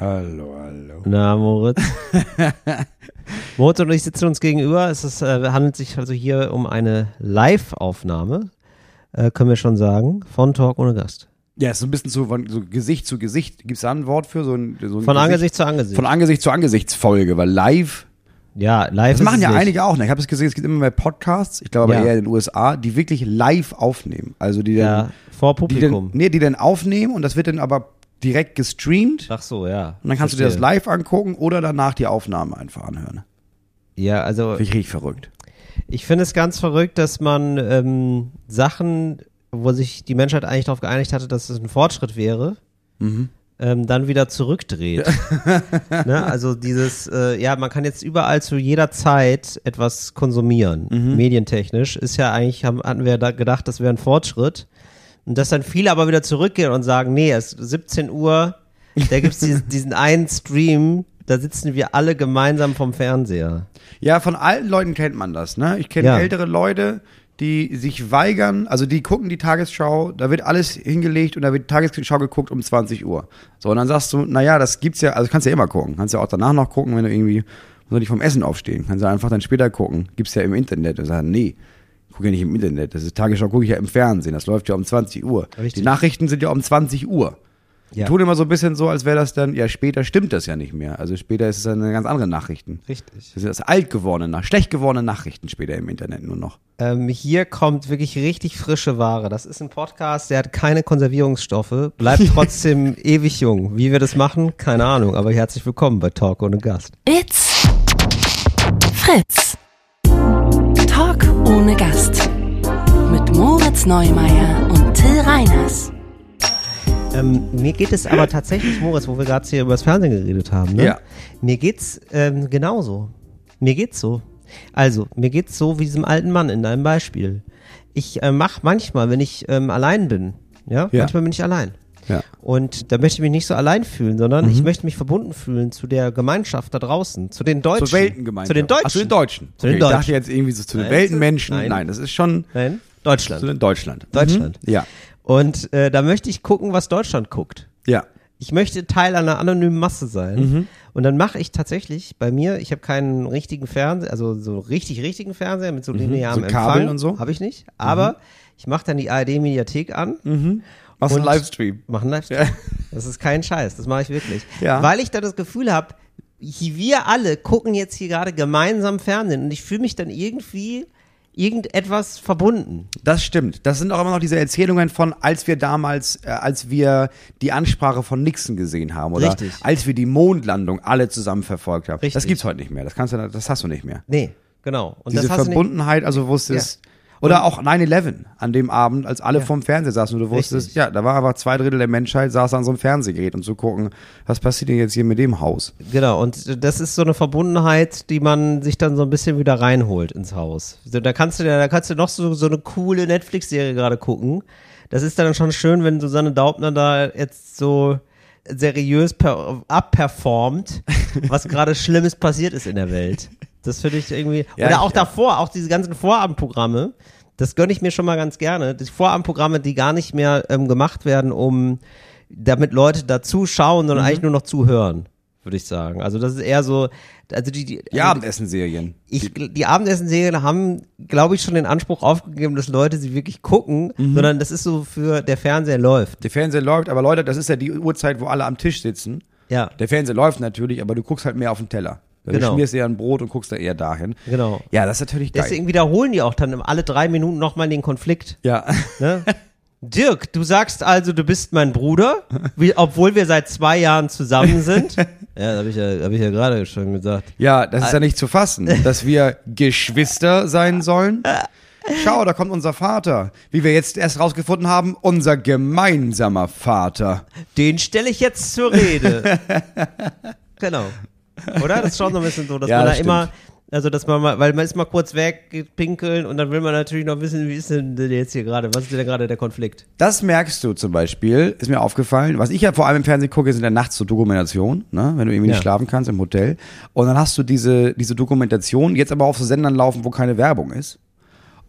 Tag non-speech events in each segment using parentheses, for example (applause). Hallo, hallo. (laughs) Na, Moritz. Moritz und ich sitzen uns gegenüber. Es ist, äh, handelt sich also hier um eine Live-Aufnahme, äh, können wir schon sagen, von Talk ohne Gast. Ja, ist so ein bisschen so von so Gesicht zu Gesicht. Gibt es da ein Wort für? So ein, so ein Von Gesicht- Angesicht zu Angesicht. Von Angesicht zu Angesichtfolge, weil live. ja, live. Das ist machen es ja nicht. einige auch. Ne? Ich habe es gesehen, es gibt immer mehr Podcasts, ich glaube aber Ja. eher in den USA, die wirklich live aufnehmen. Also die dann, Ja, vor die dann, Publikum. nee, die dann aufnehmen und das wird dann aber direkt gestreamt. Ach so, ja. Und dann kannst du dir das Verstehe. live angucken oder danach die Aufnahme einfach anhören. Ja, also Finde ich richtig verrückt. ich finde es ganz verrückt, dass man ähm, Sachen, wo sich die Menschheit eigentlich darauf geeinigt hatte, dass es ein Fortschritt wäre, ähm, dann wieder zurückdreht. (laughs) ne? Also dieses, äh, ja, man kann jetzt überall zu jeder Zeit etwas konsumieren, medientechnisch. Ist ja eigentlich, haben, hatten wir da gedacht, das wäre ein Fortschritt. Und dass dann viele aber wieder zurückgehen und sagen, nee, es ist 17 Uhr, da gibt es diesen, diesen einen Stream, da sitzen wir alle gemeinsam vom Fernseher. Ja, von alten Leuten kennt man das, ne? Ich kenne Ja. ältere Leute, die sich weigern, also die gucken die Tagesschau, da wird alles hingelegt und da wird die Tagesschau geguckt um 20 Uhr. So, und dann sagst du, naja, das gibt's ja, also kannst ja immer gucken. Kannst ja auch danach noch gucken, wenn du irgendwie, musst du nicht vom Essen aufstehen. Kannst ja einfach dann später gucken. Gibt's ja im Internet. Und sagen, nee, gucke ja nicht im Internet. Das ist Tagesschau, gucke ich ja im Fernsehen. Das läuft ja um 20 Uhr. Richtig. Die Nachrichten sind ja um 20 Uhr. Ja. Die tun immer so ein bisschen so, als wäre das dann, ja, später stimmt das ja nicht mehr. Also später ist es dann eine ganz andere Nachrichten. Richtig. Das sind das alt gewordene, nach- schlecht gewordene Nachrichten später im Internet nur noch. Ähm, hier kommt wirklich richtig frische Ware. Das ist ein Podcast, der hat keine Konservierungsstoffe, (laughs) bleibt trotzdem ewig jung. Wie wir das machen, keine Ahnung, aber herzlich willkommen bei Talk ohne Gast. It's Fritz. Talk ohne Gast. Mit Moritz Neumeier und Till Reiners. Ähm, mir geht es aber tatsächlich, Moritz, wo wir gerade hier über das Fernsehen geredet haben, ne? Ja. mir geht's ähm, genauso. Mir geht's so. Also, mir geht's so wie diesem alten Mann in deinem Beispiel. Ich äh, mache manchmal, wenn ich ähm, allein bin, ja, Ja. manchmal bin ich allein. Ja. Und da möchte ich mich nicht so allein fühlen, sondern Mhm. ich möchte mich verbunden fühlen zu der Gemeinschaft da draußen, zu den Deutschen. Zur Weltengemeinschaft. Zu den Deutschen. Ach, zu den Deutschen. Zu Okay, den Ich Deutschen. dachte jetzt irgendwie so zu den Nein, Weltenmenschen. nein. Nein. das ist schon Nein, zu Deutschland. den Deutschland. Deutschland. Mhm. Ja, Und äh, da möchte ich gucken, was Deutschland guckt. ja. Ich möchte Teil einer anonymen Masse sein. Mhm. Und dann mache ich tatsächlich bei mir, ich habe keinen richtigen Fernseher, also so richtig richtigen Fernseher mit so linearem Mhm. So Kabeln Empfang und so? Mhm. Habe ich nicht. Aber ich mache dann die ARD-Mediathek an. Was ein Und- Livestream. Machen Livestream. Das ist kein Scheiß, das mache ich wirklich. Ja. Weil ich da das Gefühl habe, wir alle gucken jetzt hier gerade gemeinsam Fernsehen und ich fühle mich dann irgendwie irgendetwas verbunden. Das stimmt. Das sind auch immer noch diese Erzählungen von, als wir damals, äh, als wir die Ansprache von Nixon gesehen haben oder Richtig. als wir die Mondlandung alle zusammen verfolgt haben. Das Richtig. gibt's heute nicht mehr. Das kannst du, das hast du nicht mehr. Nee, genau. Und Diese das hast du nicht- Verbundenheit, also wusstest. Oder auch 9-11 an dem Abend, als alle vorm Fernseher saßen und du wusstest, Richtig. ja, da war einfach zwei Drittel der Menschheit, saß an so einem Fernsehgerät und zu gucken, was passiert denn jetzt hier mit dem Haus? Genau, und das ist so eine Verbundenheit, die man sich dann so ein bisschen wieder reinholt ins Haus. So, Da kannst du ja- da kannst du noch so, so eine coole Netflix-Serie gerade gucken. Das ist dann schon schön, wenn Susanne Daubner da jetzt so seriös per, abperformt, was (laughs) gerade Schlimmes passiert ist in der Welt. Das finde ich irgendwie. Ja, oder ich- äh, auch davor, auch diese ganzen Vorabendprogramme. Das gönne ich mir schon mal ganz gerne. Die Vorabendprogramme, die gar nicht mehr ähm, gemacht werden, um damit Leute dazu schauen, sondern eigentlich nur noch zuhören, würde ich sagen. Also das ist eher so, also die, die Die also Abendessenserien. ich, die Abendessen-Serien haben, glaube ich, schon den Anspruch aufgegeben, dass Leute sie wirklich gucken, sondern das ist so für der Fernseher läuft. Der Fernseher läuft, aber Leute, das ist ja die Uhrzeit, wo alle am Tisch sitzen. Ja, Der Fernseher läuft natürlich, aber du guckst halt mehr auf den Teller. Du Genau. schmierst eher ein Brot und guckst da eher dahin. genau. Ja, das ist natürlich geil. Deswegen wiederholen die auch dann alle drei Minuten nochmal den Konflikt. ja. Ne? Dirk, du sagst also, du bist mein Bruder, wie, obwohl wir seit zwei Jahren zusammen sind. Ja, habe ich ja, hab ich ja gerade schon gesagt. ja, das ist ja nicht zu fassen, dass wir Geschwister sein sollen. Schau, da kommt unser Vater. Wie wir jetzt erst rausgefunden haben, unser gemeinsamer Vater. Den stelle ich jetzt (laughs) zur Rede. genau. Oder? Das ist schon so ein bisschen so, dass Ja, man da das immer, also dass man mal, weil man ist mal kurz weg, pinkeln und dann will man natürlich noch wissen, wie ist denn jetzt hier gerade, was ist denn gerade der Konflikt? Das merkst du zum Beispiel, ist mir aufgefallen. Was ich ja vor allem im Fernsehen gucke, sind ja nachts so Dokumentationen, ne? wenn du irgendwie Ja. nicht schlafen kannst im Hotel. Und dann hast du diese, diese Dokumentation, jetzt aber auf so Sendern laufen, wo keine Werbung ist.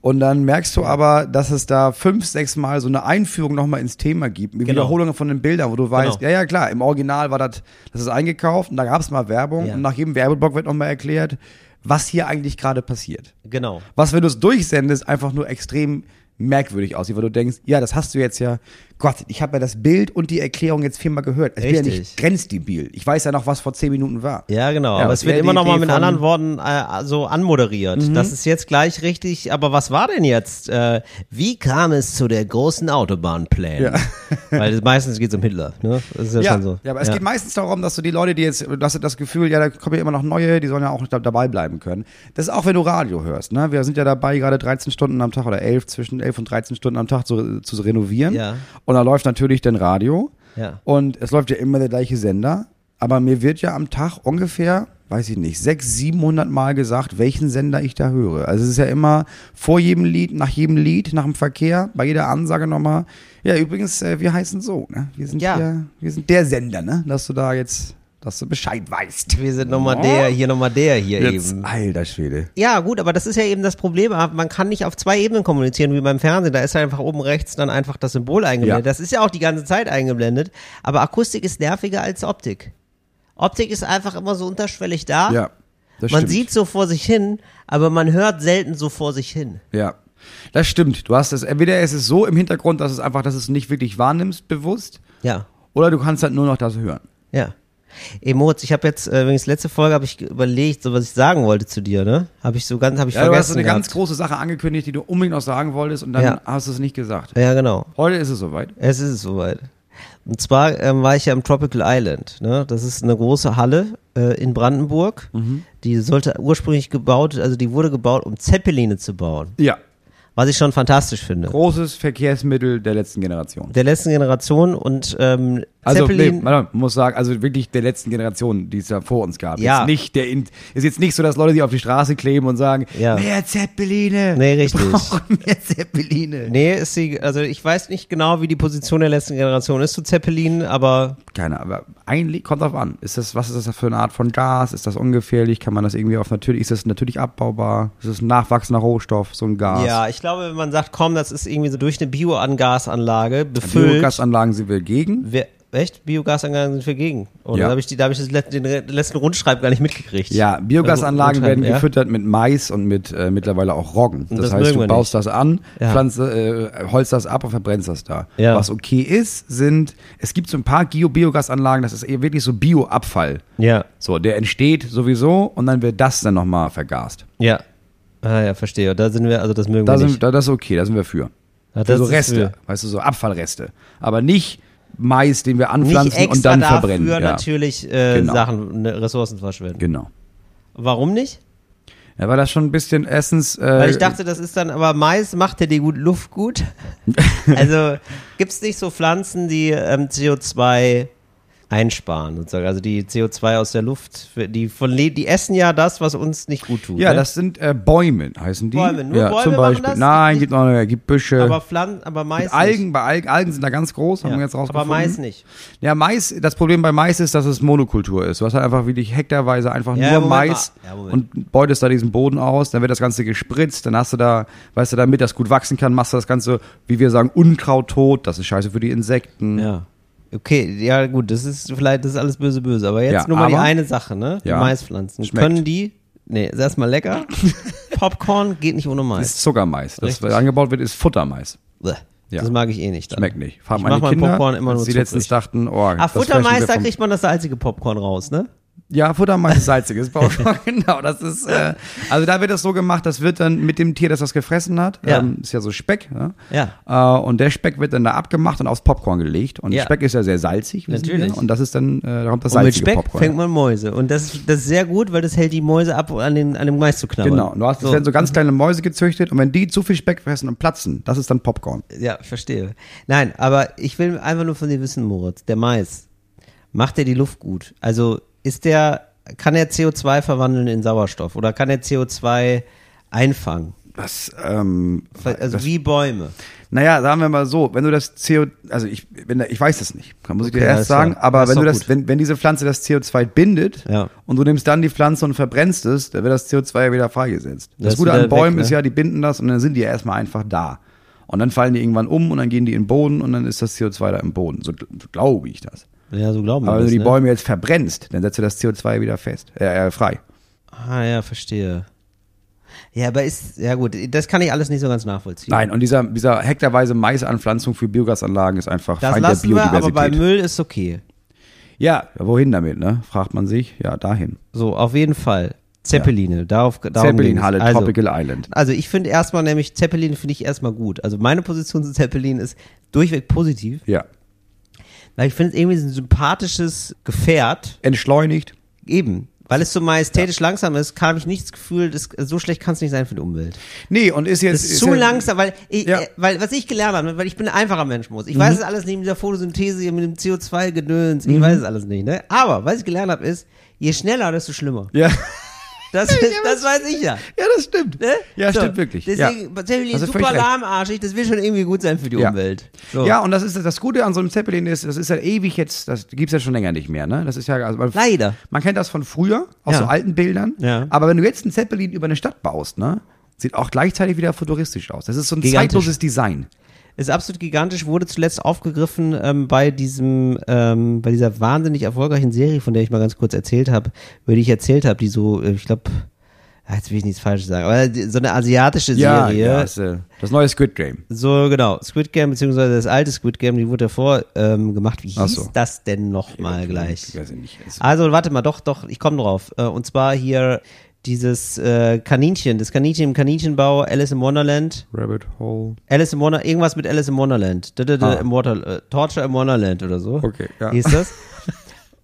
Und dann merkst du aber, dass es da fünf, sechs Mal so eine Einführung nochmal ins Thema gibt. Eine Genau. Wiederholung von den Bildern, wo du weißt, Genau. ja, ja, klar, im Original war das, das ist eingekauft und da gab es mal Werbung Ja. und nach jedem Werbeblock wird nochmal erklärt, was hier eigentlich gerade passiert. Genau. Was, wenn du es durchsendest, einfach nur extrem merkwürdig aussieht, weil du denkst, ja, das hast du jetzt ja, Gott, ich habe ja das Bild und die Erklärung jetzt viermal gehört. Ich bin ja Richtig. nicht grenzdebil. Ich weiß ja noch, was vor zehn Minuten war. Ja, genau. Ja, aber das es wird wäre immer die noch mal Idee mit von- Mhm. anderen Worten äh, so anmoderiert. Das ist jetzt gleich richtig. Aber was war denn jetzt? Äh, wie kam es zu der großen Autobahnpläne? Ja. (laughs) Weil es- meistens geht es um Hitler. Ne? Das ist ja, Ja, schon so. ja, aber es geht meistens darum, dass du die Leute, die jetzt, dass du das Gefühl, ja, da kommen ja immer noch neue, die sollen ja auch da, dabei bleiben können. Das ist auch, wenn du Radio hörst, ne? Wir sind ja dabei, gerade 13 Stunden am Tag oder 11, zwischen 11 und 13 Stunden am Tag zu, zu renovieren. Ja. Und da läuft natürlich dann Radio. Ja. Und es läuft ja immer der gleiche Sender. Aber mir wird ja am Tag ungefähr, weiß ich nicht, 600, 700 Mal gesagt, welchen Sender ich da höre. Also es ist ja immer vor jedem Lied, nach jedem Lied, nach dem Verkehr, bei jeder Ansage nochmal. Ja, übrigens, äh, wir heißen so, ne? Wir sind Ja. hier, wir sind der Sender, ne? Dass du da jetzt, dass du Bescheid weißt. Wir sind nochmal der, hier nochmal der, hier Jetzt, eben. alter Schwede. Ja, gut, aber das ist ja eben das Problem. aber Man kann nicht auf zwei Ebenen kommunizieren wie beim Fernsehen. Da ist einfach oben rechts dann einfach das Symbol eingeblendet. Ja. Das ist ja auch die ganze Zeit eingeblendet. Aber Akustik ist nerviger als Optik. Optik ist einfach immer so unterschwellig da. Ja, das Ah. man stimmt. sieht so vor sich hin, aber man hört selten so vor sich hin. Ja. Das stimmt. Du hast es, entweder es ist so im Hintergrund, dass es einfach, dass du es nicht wirklich wahrnimmst, bewusst, Ja, oder du kannst halt nur noch das hören. ja. Emots, ich habe jetzt, äh, übrigens letzte Folge habe ich ge- überlegt, so was ich sagen wollte zu dir, ne? Habe ich so ganz, habe ich Ja, du vergessen. hast so eine ganz gehabt. große Sache angekündigt, die du unbedingt noch sagen wolltest und dann Ja. hast du es nicht gesagt. ja, genau. Heute ist es soweit. Es ist soweit. Und zwar ähm, war ich ja im Tropical Island. Ne? Das ist eine große Halle äh, in Brandenburg. Mhm. Die sollte ursprünglich gebaut, also die wurde gebaut, um Zeppeline zu bauen. Ja. Was ich schon fantastisch finde. Großes Verkehrsmittel der letzten Generation. Der letzten Generation und ähm, Also, nee, Zeppelin. man muss sagen, also wirklich der letzten Generation, die es da vor uns gab. Ja. Jetzt nicht der, In- ist jetzt nicht so, dass Leute sich auf die Straße kleben und sagen, Ja. mehr Zeppeline. Nee, richtig. Wir brauchen mehr Zeppeline. Nee, ist sie, also ich weiß nicht genau, wie die Position der letzten Generation ist zu Zeppelin, aber Keine, aber eigentlich kommt drauf an. Ist das, was ist das für eine Art von Gas? Ist das ungefährlich? Kann man das irgendwie auf natürlich, ist das natürlich abbaubar? Ist das ein nachwachsender Rohstoff, so ein Gas? ja, ich glaube, wenn man sagt, komm, das ist irgendwie so durch eine Bioangasanlage befüllt. Biogasanlagen sind wir gegen. Wer, echt? Biogasanlagen sind wir gegen. Oder Ja. da habe ich, die- da hab ich das letzte, den re- letzten Rundschreib gar nicht mitgekriegt. Ja, Biogasanlagen Also, werden ja. gefüttert mit Mais und mit äh, mittlerweile auch Roggen. Das, das heißt, mögen du wir baust das an, Ja. pflanzt, äh, holst das ab und verbrennst das da. Ja. Was okay ist, sind, es gibt so ein paar Gio- Biogasanlagen, das ist eher wirklich so Bioabfall. Ja, So, der entsteht sowieso und dann wird das dann nochmal vergast. ja. Ah ja, verstehe. Da sind wir, also das mögen Da wir sind, nicht. da, das ist okay, da sind wir für. Ah, Für das so ist Reste, wir. weißt du, so Abfallreste. Aber nicht Mais, den wir Nicht anpflanzen extra und dann dafür verbrennen. Ja, natürlich äh, Genau. Sachen, ne, Ressourcen verschwenden. genau. Warum nicht? Ja, weil das schon ein bisschen Essens. Äh, Weil ich dachte, das ist dann, aber Mais macht ja die gut (laughs) Luft gut. Also gibt es nicht so Pflanzen, die ähm, CO2 einsparen, sozusagen. Also die CO2 aus der Luft, für- die, von, Le- die essen ja das, was uns nicht gut tut. Ja, ne? das sind äh, Bäume, heißen die. Bäume, nur ja, Bäume zum machen Beispiel. das? Nein, Nicht- gibt noch mehr, gibt Büsche. aber Pflanzen, aber Mais. Mit Algen, bei Algen, Algen sind da ganz groß, haben nicht. wir jetzt Ja, rausgefunden. aber Mais nicht. Ja, Mais, das Problem bei Mais ist, dass es Monokultur ist. Du hast halt einfach wirklich hektarweise einfach Ja, nur Moment Mais mal. Ja, Moment. und beutest da diesen Boden aus, dann wird das Ganze gespritzt, dann hast du da, weißt du, damit das gut wachsen kann, machst du das Ganze, wie wir sagen, Unkraut tot, das ist scheiße für die Insekten. Ja. Okay, ja gut, das ist vielleicht, das ist alles böse, böse. Aber jetzt Ja, nur mal die aber- eine Sache, ne? Die Ja. Maispflanzen. Schmeckt. Können die, nee, ist (laughs) erstmal lecker. Popcorn geht nicht ohne Mais. Das ist Zuckermais. Das, Richtig. was angebaut wird, ist Futtermais. Bleh. Ja. Das mag ich eh nicht. dann. Schmeckt nicht. Fahren Ich meine mach mein Kinder, Popcorn immer als nur die letztens zuckrig. dachten, oh, Ah, das fressen wir Futtermais, da vom- kriegt man das salzige Popcorn raus, ne? Ja, Futtermais ist salziges (laughs) Popcorn, genau. Das ist, äh, also da wird das so gemacht, das wird dann mit dem Tier, das das gefressen hat, Ja. ähm, ist ja so Speck, ne? Ja. Äh, und der Speck wird dann da abgemacht und aufs Popcorn gelegt. Und Ja. Speck ist ja sehr salzig, wissen Natürlich. Wir. Und das ist dann, äh, da kommt das Und mit salzige Speck Popcorn. fängt man Mäuse. Und das, das ist sehr gut, weil das hält die Mäuse ab, an, den, an dem Mais zu knabbern. genau. Und Du hast, es werden so ganz kleine Mäuse gezüchtet und wenn die zu viel Speck fressen und platzen, das ist dann Popcorn. Ja, verstehe. Nein, aber ich will einfach nur von dir wissen, Moritz, der Mais, macht der die Luft gut? Also ist der, kann er CO2 verwandeln in Sauerstoff oder kann er CO2 einfangen? Das, ähm, Also das, wie Bäume. naja, sagen wir mal so, wenn du das CO, also ich, wenn, da- ich weiß das nicht, kann- muss ich dir Okay, erst alles sagen, klar. aber Ist wenn du doch das, gut. wenn, wenn diese Pflanze das CO2 bindet Ja. und du nimmst dann die Pflanze und verbrennst es, dann wird das CO2 ja wieder freigesetzt. Das, ist Gute wieder an Bäumen weg, ne? ist ja, die binden das und dann sind die ja erstmal einfach da. Und dann fallen die irgendwann um und dann gehen die in den Boden und dann ist das CO2 da im Boden. So, gl- so glaube ich das. Ja, so glauben wir Aber wenn du Also das, die ne? Bäume jetzt verbrennst, dann setzt du das CO2 wieder fest, äh, äh, frei. Ah ja, verstehe. Ja, aber ist, ja gut, das kann ich alles nicht so ganz nachvollziehen. Nein, und dieser, dieser hektarweise Maisanpflanzung für Biogasanlagen ist einfach Das Feind der lassen wir, aber Biodiversität. bei Müll ist okay. ja, wohin damit, ne? Fragt man sich. Ja, dahin. So, auf jeden Fall. Zeppeline, darauf darum ging's. Zeppelin-Halle, also, Tropical Island. Also ich finde erstmal nämlich, Zeppelin finde ich erstmal gut. Also meine Position zu Zeppelin ist durchweg positiv, Ja. weil ich finde es irgendwie so ein sympathisches Gefährt, Entschleunigt. eben. Weil es so majestätisch langsam ist, kam ich nicht das Gefühl, das, so schlecht kann es nicht sein für die Umwelt. Nee, und ist jetzt. Das ist zu ja- langsam, weil, ich, Ja. Mhm. äh, weil was ich gelernt habe, weil ich bin ein einfacher Mensch, muss. Ich weiß es alles nicht mit dieser Photosynthese, hier mit dem CO2-Gedöns, Mhm. ich weiß es alles nicht, ne? Aber was ich gelernt habe ist, je schneller, desto schlimmer. (laughs) Ja. (laughs) Das, ist, (laughs) das weiß ich ja. ja, das stimmt. Ne? Ja, So, stimmt wirklich. ja. Deswegen, Zeppelin Hast ist du völlig super recht. lahmarschig, das will schon irgendwie gut sein für die Ja. Umwelt. So. Ja, und das ist das Gute an so einem Zeppelin ist, das ist ja ewig jetzt, das gibt's ja schon länger nicht mehr, ne? Das ist ja also man, Leider. Man kennt das von früher, aus Ja. so alten Bildern. Ja. Aber wenn du jetzt einen Zeppelin über eine Stadt baust, ne? Sieht auch gleichzeitig wieder futuristisch aus. Das ist so ein Gigantisch. zeitloses Design. Ist absolut gigantisch, wurde zuletzt aufgegriffen ähm, bei diesem, ähm, bei dieser wahnsinnig erfolgreichen Serie, von der ich mal ganz kurz erzählt habe, über die ich erzählt habe, die so, äh, ich glaube, jetzt will ich nichts Falsches sagen, aber die- so eine asiatische Serie. ja das, äh, das neue Squid Game. So, genau. Squid Game, beziehungsweise das alte Squid Game, die wurde davor ähm, gemacht. Wie Ach hieß so. das denn nochmal gleich? Ich Hm, weiß nicht. Es- Also, warte mal, doch, doch, ich komme drauf. Äh, und zwar hier dieses äh, Kaninchen, das Kaninchen im Kaninchenbau, Alice in Wonderland. Rabbit Hole. Alice in Wonderland, irgendwas mit Alice in Wonderland. Da, da, da, Ah. im Water, äh, Torture in Wonderland oder so. Okay, ja. Hieß (laughs) das.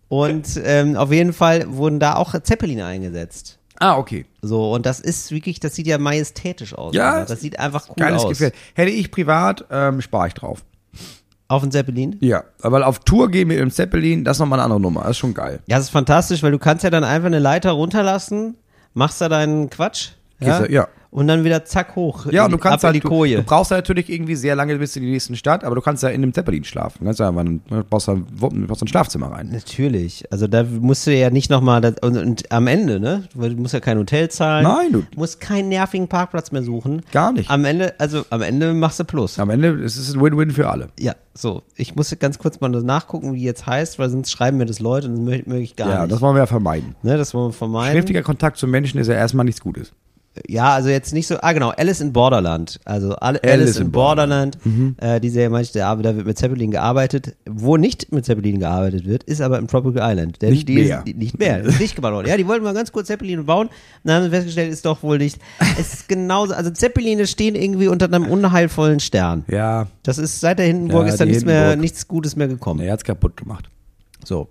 Und ähm, auf jeden Fall wurden da auch Zeppeline eingesetzt. Ah, okay. So, und das ist wirklich, das sieht ja majestätisch aus. Ja, Also, das sieht einfach cool Geiles aus. Gefährt. Hätte ich privat, ähm, spare ich drauf. Auf den Zeppelin? Ja, aber auf Tour gehen mit dem Zeppelin, das ist nochmal eine andere Nummer. Das ist schon geil. Ja, das ist fantastisch, weil du kannst ja dann einfach eine Leiter runterlassen, machst da deinen Quatsch. Ja, Gehst du- ja. Und dann wieder zack hoch. Ja, in- und du ab kannst in halt, die du, Koje. du brauchst ja natürlich irgendwie sehr lange bis in die nächste Stadt, aber du kannst ja in einem Zeppelin schlafen. Du kannst ja einfach, einen- du brauchst ja ein, Wuppen- du brauchst ein Schlafzimmer rein. Natürlich. Also da musst du ja nicht nochmal, und, und am Ende, ne? Weil Du musst ja kein Hotel zahlen. Nein, du- musst keinen nervigen Parkplatz mehr suchen. Gar nicht. Am Ende, also am Ende machst du Plus. Am Ende ist es ein Win-Win für alle. Ja, so. Ich musste ganz kurz mal nachgucken, wie die jetzt heißt, weil sonst schreiben mir das Leute und das möchte möchte ich gar ja, nicht. das wollen wir ja vermeiden. ne, das wollen wir vermeiden. Schriftlicher Kontakt zu Menschen ist ja erstmal nichts Gutes. Ja, also jetzt nicht so, ah genau, Alice in Borderland. Also Al- Alice, in, in Borderland, äh, die Serie meinte, da, da wird mit Zeppelin gearbeitet. Wo nicht mit Zeppelin gearbeitet wird, ist aber im Tropical Island. Denn Nicht die mehr. Ist, die, nicht mehr, ist nicht gebaut worden. Ja, die wollten mal ganz kurz Zeppelin bauen und dann haben sie festgestellt, ist doch wohl nicht. Es ist genauso, also Zeppeline stehen irgendwie unter einem unheilvollen Stern. Ja, Das ist, seit der Hindenburg Ja, ist da die nichts mehr, Hindenburg. nichts Gutes mehr gekommen. er hat's kaputt gemacht. So.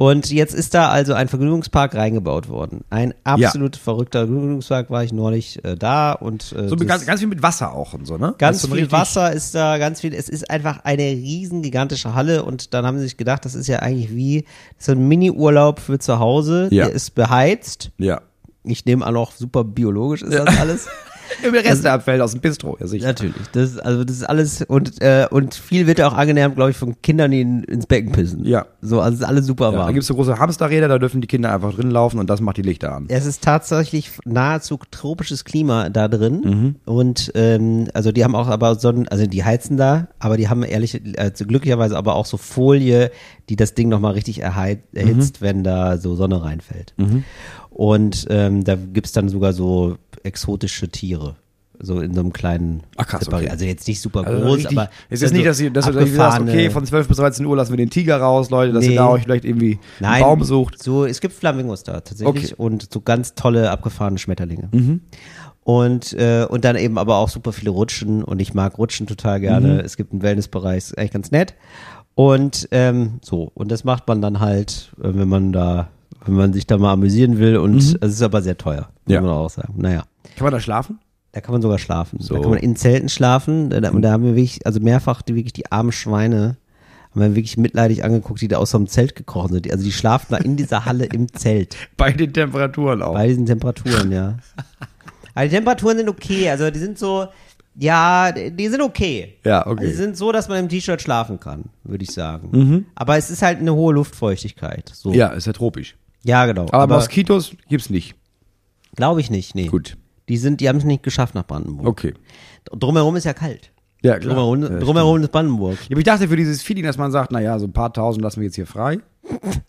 Und jetzt ist da also ein Vergnügungspark reingebaut worden. Ein absolut verrückter Vergnügungspark war ich neulich äh, da und äh, So mit das- ganz, ganz viel mit Wasser auch und so, ne? ganz Das ist so ein viel richtig- Wasser ist da, ganz viel. Es ist einfach eine riesen gigantische Halle und dann haben sie sich gedacht, das ist ja eigentlich wie so ein Mini-Urlaub für zu Hause. Ja. Der ist beheizt. Ja. Ich nehme an, auch super biologisch (laughs) ist das alles. Also Über Restabfälle aus dem Bistro. Ja, sicher. Natürlich. Das, ist- also das ist alles und äh, und viel wird auch angenähert, glaube ich, von Kindern, die in, ins Becken pissen. Ja. So, also es ist alles super Ja, da warm. gibt's so große Hamsterräder, da dürfen die Kinder einfach drin laufen und das macht die Lichter an. Es ist tatsächlich nahezu tropisches Klima da drin. Mhm. Und ähm, also die haben auch aber Sonnen, also die heizen da, aber die haben ehrlich, also glücklicherweise aber auch so Folie, die das Ding nochmal richtig erhei- Mhm. erhitzt, wenn da so Sonne reinfällt. Und ähm, da gibt's dann sogar so exotische Tiere. So in so einem kleinen Ach, krass, Separi- okay. Also jetzt nicht super Also groß, richtig, aber. es ist nicht, dass ihr, dass du dass ihr sagst, abgefahrene- okay, von 12 bis 13 Uhr lassen wir den Tiger raus, Leute, dass Nee. ihr da euch vielleicht irgendwie einen Baum sucht. So, es gibt Flamingos da tatsächlich Okay. Mhm. und so ganz tolle abgefahrene Schmetterlinge. Und, äh, und dann eben aber auch super viele Rutschen und ich mag Rutschen total gerne. Mhm. Es gibt einen Wellnessbereich, ist eigentlich ganz nett. Und ähm, so, und das macht man dann halt, äh, wenn man da, wenn man sich da mal amüsieren will und es ist aber sehr teuer, muss Mhm. Ja. man auch sagen. Naja. Kann man da schlafen? Da kann man sogar schlafen. So. Mhm. Da kann man in Zelten schlafen. Da- da- Und da haben wir wirklich, also mehrfach die, wirklich die armen Schweine, haben wir wirklich mitleidig angeguckt, die da aus so einem Zelt gekrochen sind. Die- Also (laughs) die schlafen da in dieser Halle im Zelt. Bei den Temperaturen auch. Bei diesen Temperaturen, ja. Aber die Temperaturen sind okay. Also die sind so, ja, die sind okay. Ja, okay. Also die sind so, dass man im T-Shirt schlafen kann, würde ich sagen. Aber es ist halt eine hohe Luftfeuchtigkeit. So. Mhm. Ja, ist ja tropisch. ja genau. Aber, Moskitos gibt's nicht. glaube ich nicht, nee. Gut. Die sind, die haben es nicht geschafft nach Brandenburg. Okay. Drumherum ist ja kalt. Ja, klar. Drumherum, Ja, drumherum ist Brandenburg. Ja, aber ich dachte für dieses Feeling, dass man sagt, naja, so ein paar tausend lassen wir jetzt hier frei.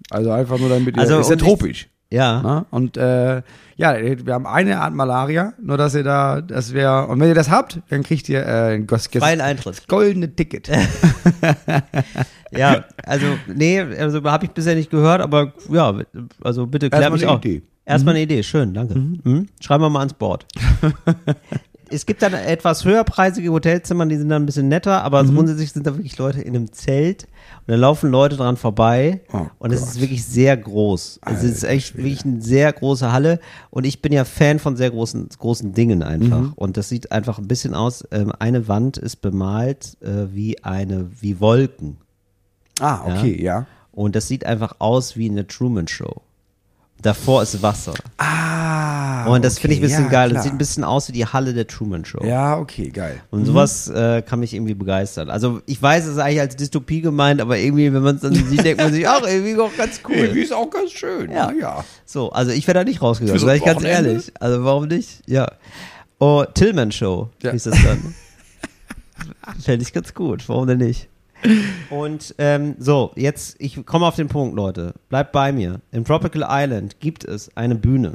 Also einfach nur damit ihr. Also, ist ja um tropisch. Ja. Ne? Und äh, ja, wir haben eine Art Malaria, nur dass ihr da, das wäre. Und wenn ihr das habt, dann kriegt ihr äh, ein gos- ges- Freien Eintritt. goldene Ticket. Ja, also, nee, also habe ich bisher nicht gehört, aber ja, also bitte klär Erstmal mich eine auch. Idee. Erstmal eine Idee, schön, danke. Mhm. Schreiben wir mal ans (laughs) Board. es gibt dann etwas höherpreisige Hotelzimmer, die sind dann ein bisschen netter, aber Mhm. grundsätzlich sind da wirklich Leute in einem Zelt und da laufen Leute dran vorbei Oh und es Gott. ist wirklich sehr groß. Es ist echt wirklich eine sehr große Halle und ich bin ja Fan von sehr großen, großen Dingen einfach Mhm. und das sieht einfach ein bisschen aus, ähm, eine Wand ist bemalt äh, wie eine, wie Wolken. ah, okay, ja. Und das sieht einfach aus wie eine Truman Show. Davor ist Wasser. Ah. und das okay, finde ich ein bisschen ja, geil. klar. Das sieht ein bisschen aus wie die Halle der Truman Show. Ja, Mhm. okay, geil. Und sowas äh, kann mich irgendwie begeistern. Also ich weiß, es ist eigentlich als Dystopie gemeint, aber irgendwie, wenn man es dann sieht, denkt man sich, ach, irgendwie auch ganz Irgendwie cool. ist auch ganz schön. Ja. Ja, ja. So, also ich wäre da nicht rausgegangen, Für so sag ich ein ganz Wochenende? ehrlich. Also warum nicht? Ja. Oh, Tillman Show Ja. hieß das (laughs) dann. Fände ich ganz gut, warum denn nicht? Und ähm, so, jetzt, ich komme auf den Punkt, Leute. Bleibt bei mir. Im Tropical Island gibt es eine Bühne.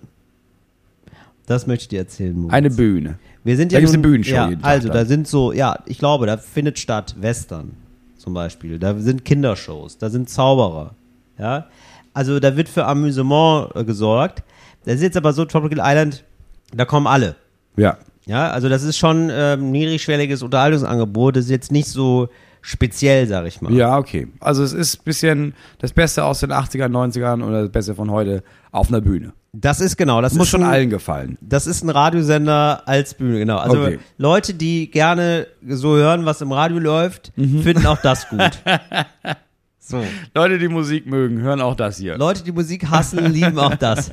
Das möchte ich dir erzählen, Moritz. Eine Bühne. Wir sind Da ja gibt's nun- eine Bühnenshow ja, jeden Tag Also, dann. da sind so, ja, ich glaube, da findet statt Western zum Beispiel. Da sind Kindershows, da sind Zauberer. Ja, also da wird für Amüsement äh, gesorgt. Das ist jetzt aber so Tropical Island, da kommen alle. Ja. Ja, also das ist schon ähm, niedrigschwelliges Unterhaltungsangebot. Das ist jetzt nicht so speziell, sag ich mal. Ja, okay. Also es ist ein bisschen das Beste aus den 80ern, 90ern oder das Beste von heute auf einer Bühne. Das ist genau. Das Muss ist schon ein- allen gefallen. Das ist ein Radiosender als Bühne, genau. Also Okay. Leute, die gerne so hören, was im Radio läuft, Mhm. finden auch das (laughs) gut. so. Leute, die Musik mögen, hören auch das hier. Leute, die Musik hassen, lieben auch das.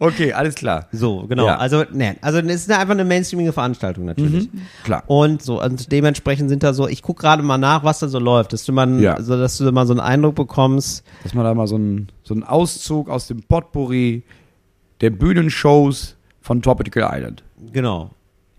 Okay, alles klar. So, genau. Ja. Also, ne, also es ist einfach eine mainstreamige Veranstaltung natürlich. Klar. Und so, und dementsprechend sind da so, ich gucke gerade mal nach, was da so läuft, dass du mal, Ja. so, dass du mal so einen Eindruck bekommst. Dass man da mal so einen so einen Auszug aus dem Potpourri der Bühnenshows von Tropical Island. Genau.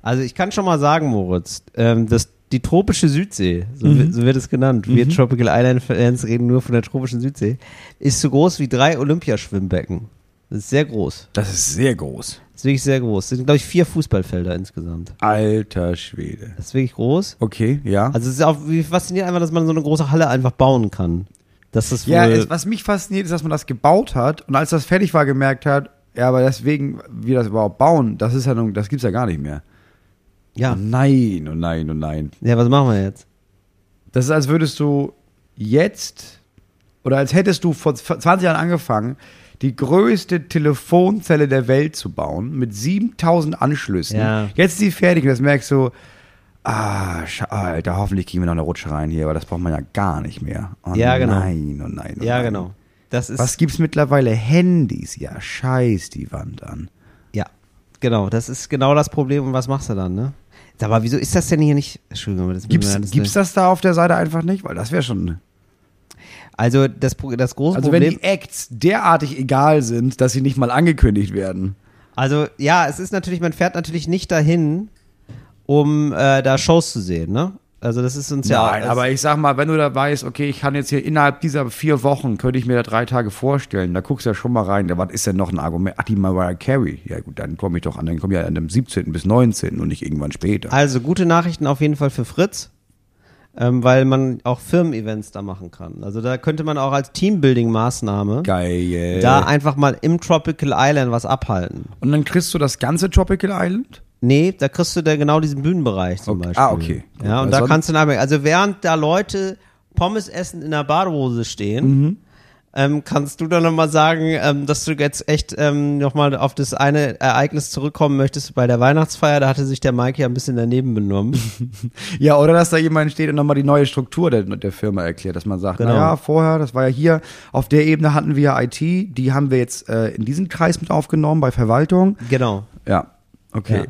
Also ich kann schon mal sagen, Moritz, ähm, dass die tropische Südsee, so, Mhm. wi- so wird es genannt, wir Tropical Island Fans reden nur von der tropischen Südsee, ist so groß wie drei Olympiaschwimmbecken. Das ist sehr groß. Das ist sehr groß. Das ist wirklich sehr groß. Das sind, glaube ich, vier Fußballfelder insgesamt. Alter Schwede. Das ist wirklich groß. Okay, ja. Also es ist auch wie faszinierend einfach, dass man so eine große Halle einfach bauen kann. Das ist wohl, ja, es, was mich fasziniert, ist, dass man das gebaut hat und als das fertig war, gemerkt hat, ja, aber deswegen, wie das überhaupt bauen, das ist ja nun, das gibt's ja gar nicht mehr. Oh ja. nein, oh nein, oh nein. ja, was machen wir jetzt? Das ist, als würdest du jetzt oder als hättest du vor 20 Jahren angefangen, die größte Telefonzelle der Welt zu bauen mit 7000 Anschlüssen. Ja. Jetzt ist sie fertig und das merkst du, ah, scha- Alter, hoffentlich kriegen wir noch eine Rutsche rein hier, aber das braucht man ja gar nicht mehr. Oh Ja, genau. Nein, oh nein. Oh Ja, nein. genau. Das ist Was gibt's mittlerweile? Handys, ja, scheiß die Wand an. Ja, genau. Das ist genau das Problem. Und was machst du dann, ne? Sag mal, wieso ist das denn hier nicht? Entschuldigung, aber das müssen wir Gibt's, alles- gibt's das da auf der Seite einfach nicht? Weil das wäre schon. Also das, Pro- das große Also, wenn Problem. die Acts derartig egal sind, dass sie nicht mal angekündigt werden. also ja, es ist natürlich, man fährt natürlich nicht dahin, um äh, da Shows zu sehen, ne? Also das ist uns ja. Nein, das- aber ich sag mal, wenn du da weißt, okay, ich kann jetzt hier innerhalb dieser vier Wochen, könnte ich mir da drei Tage vorstellen, da guckst du ja schon mal rein, da was ist denn noch ein Argument? Ach, die Mariah Carey. Ja gut, dann komme ich doch an, dann komme ich ja an dem 17. bis 19. und nicht irgendwann später. Also gute Nachrichten auf jeden Fall für Fritz, ähm, weil man auch Firmen-Events da machen kann. Also da könnte man auch als Teambuilding-Maßnahme Geil. da einfach mal im Tropical Island was abhalten. und dann kriegst du das ganze Tropical Island? Nee, da kriegst du da genau diesen Bühnenbereich zum Okay. Beispiel. Ah, okay. Gut, Ja, und weil da sonst- kannst du dann, also während da Leute Pommes essen in der Badehose stehen, Mhm. ähm, kannst du dann nochmal sagen, ähm, dass du jetzt echt ähm, nochmal auf das eine Ereignis zurückkommen möchtest bei der Weihnachtsfeier. Da hatte sich der Mike ja ein bisschen (laughs) daneben benommen. Ja, oder dass da jemand steht und nochmal die neue Struktur der, der Firma erklärt, dass man sagt, Genau. naja, vorher, das war ja hier, auf der Ebene hatten wir ja IT, die haben wir jetzt äh, in diesen Kreis mit aufgenommen bei Verwaltung. genau. Ja. Okay. Ja.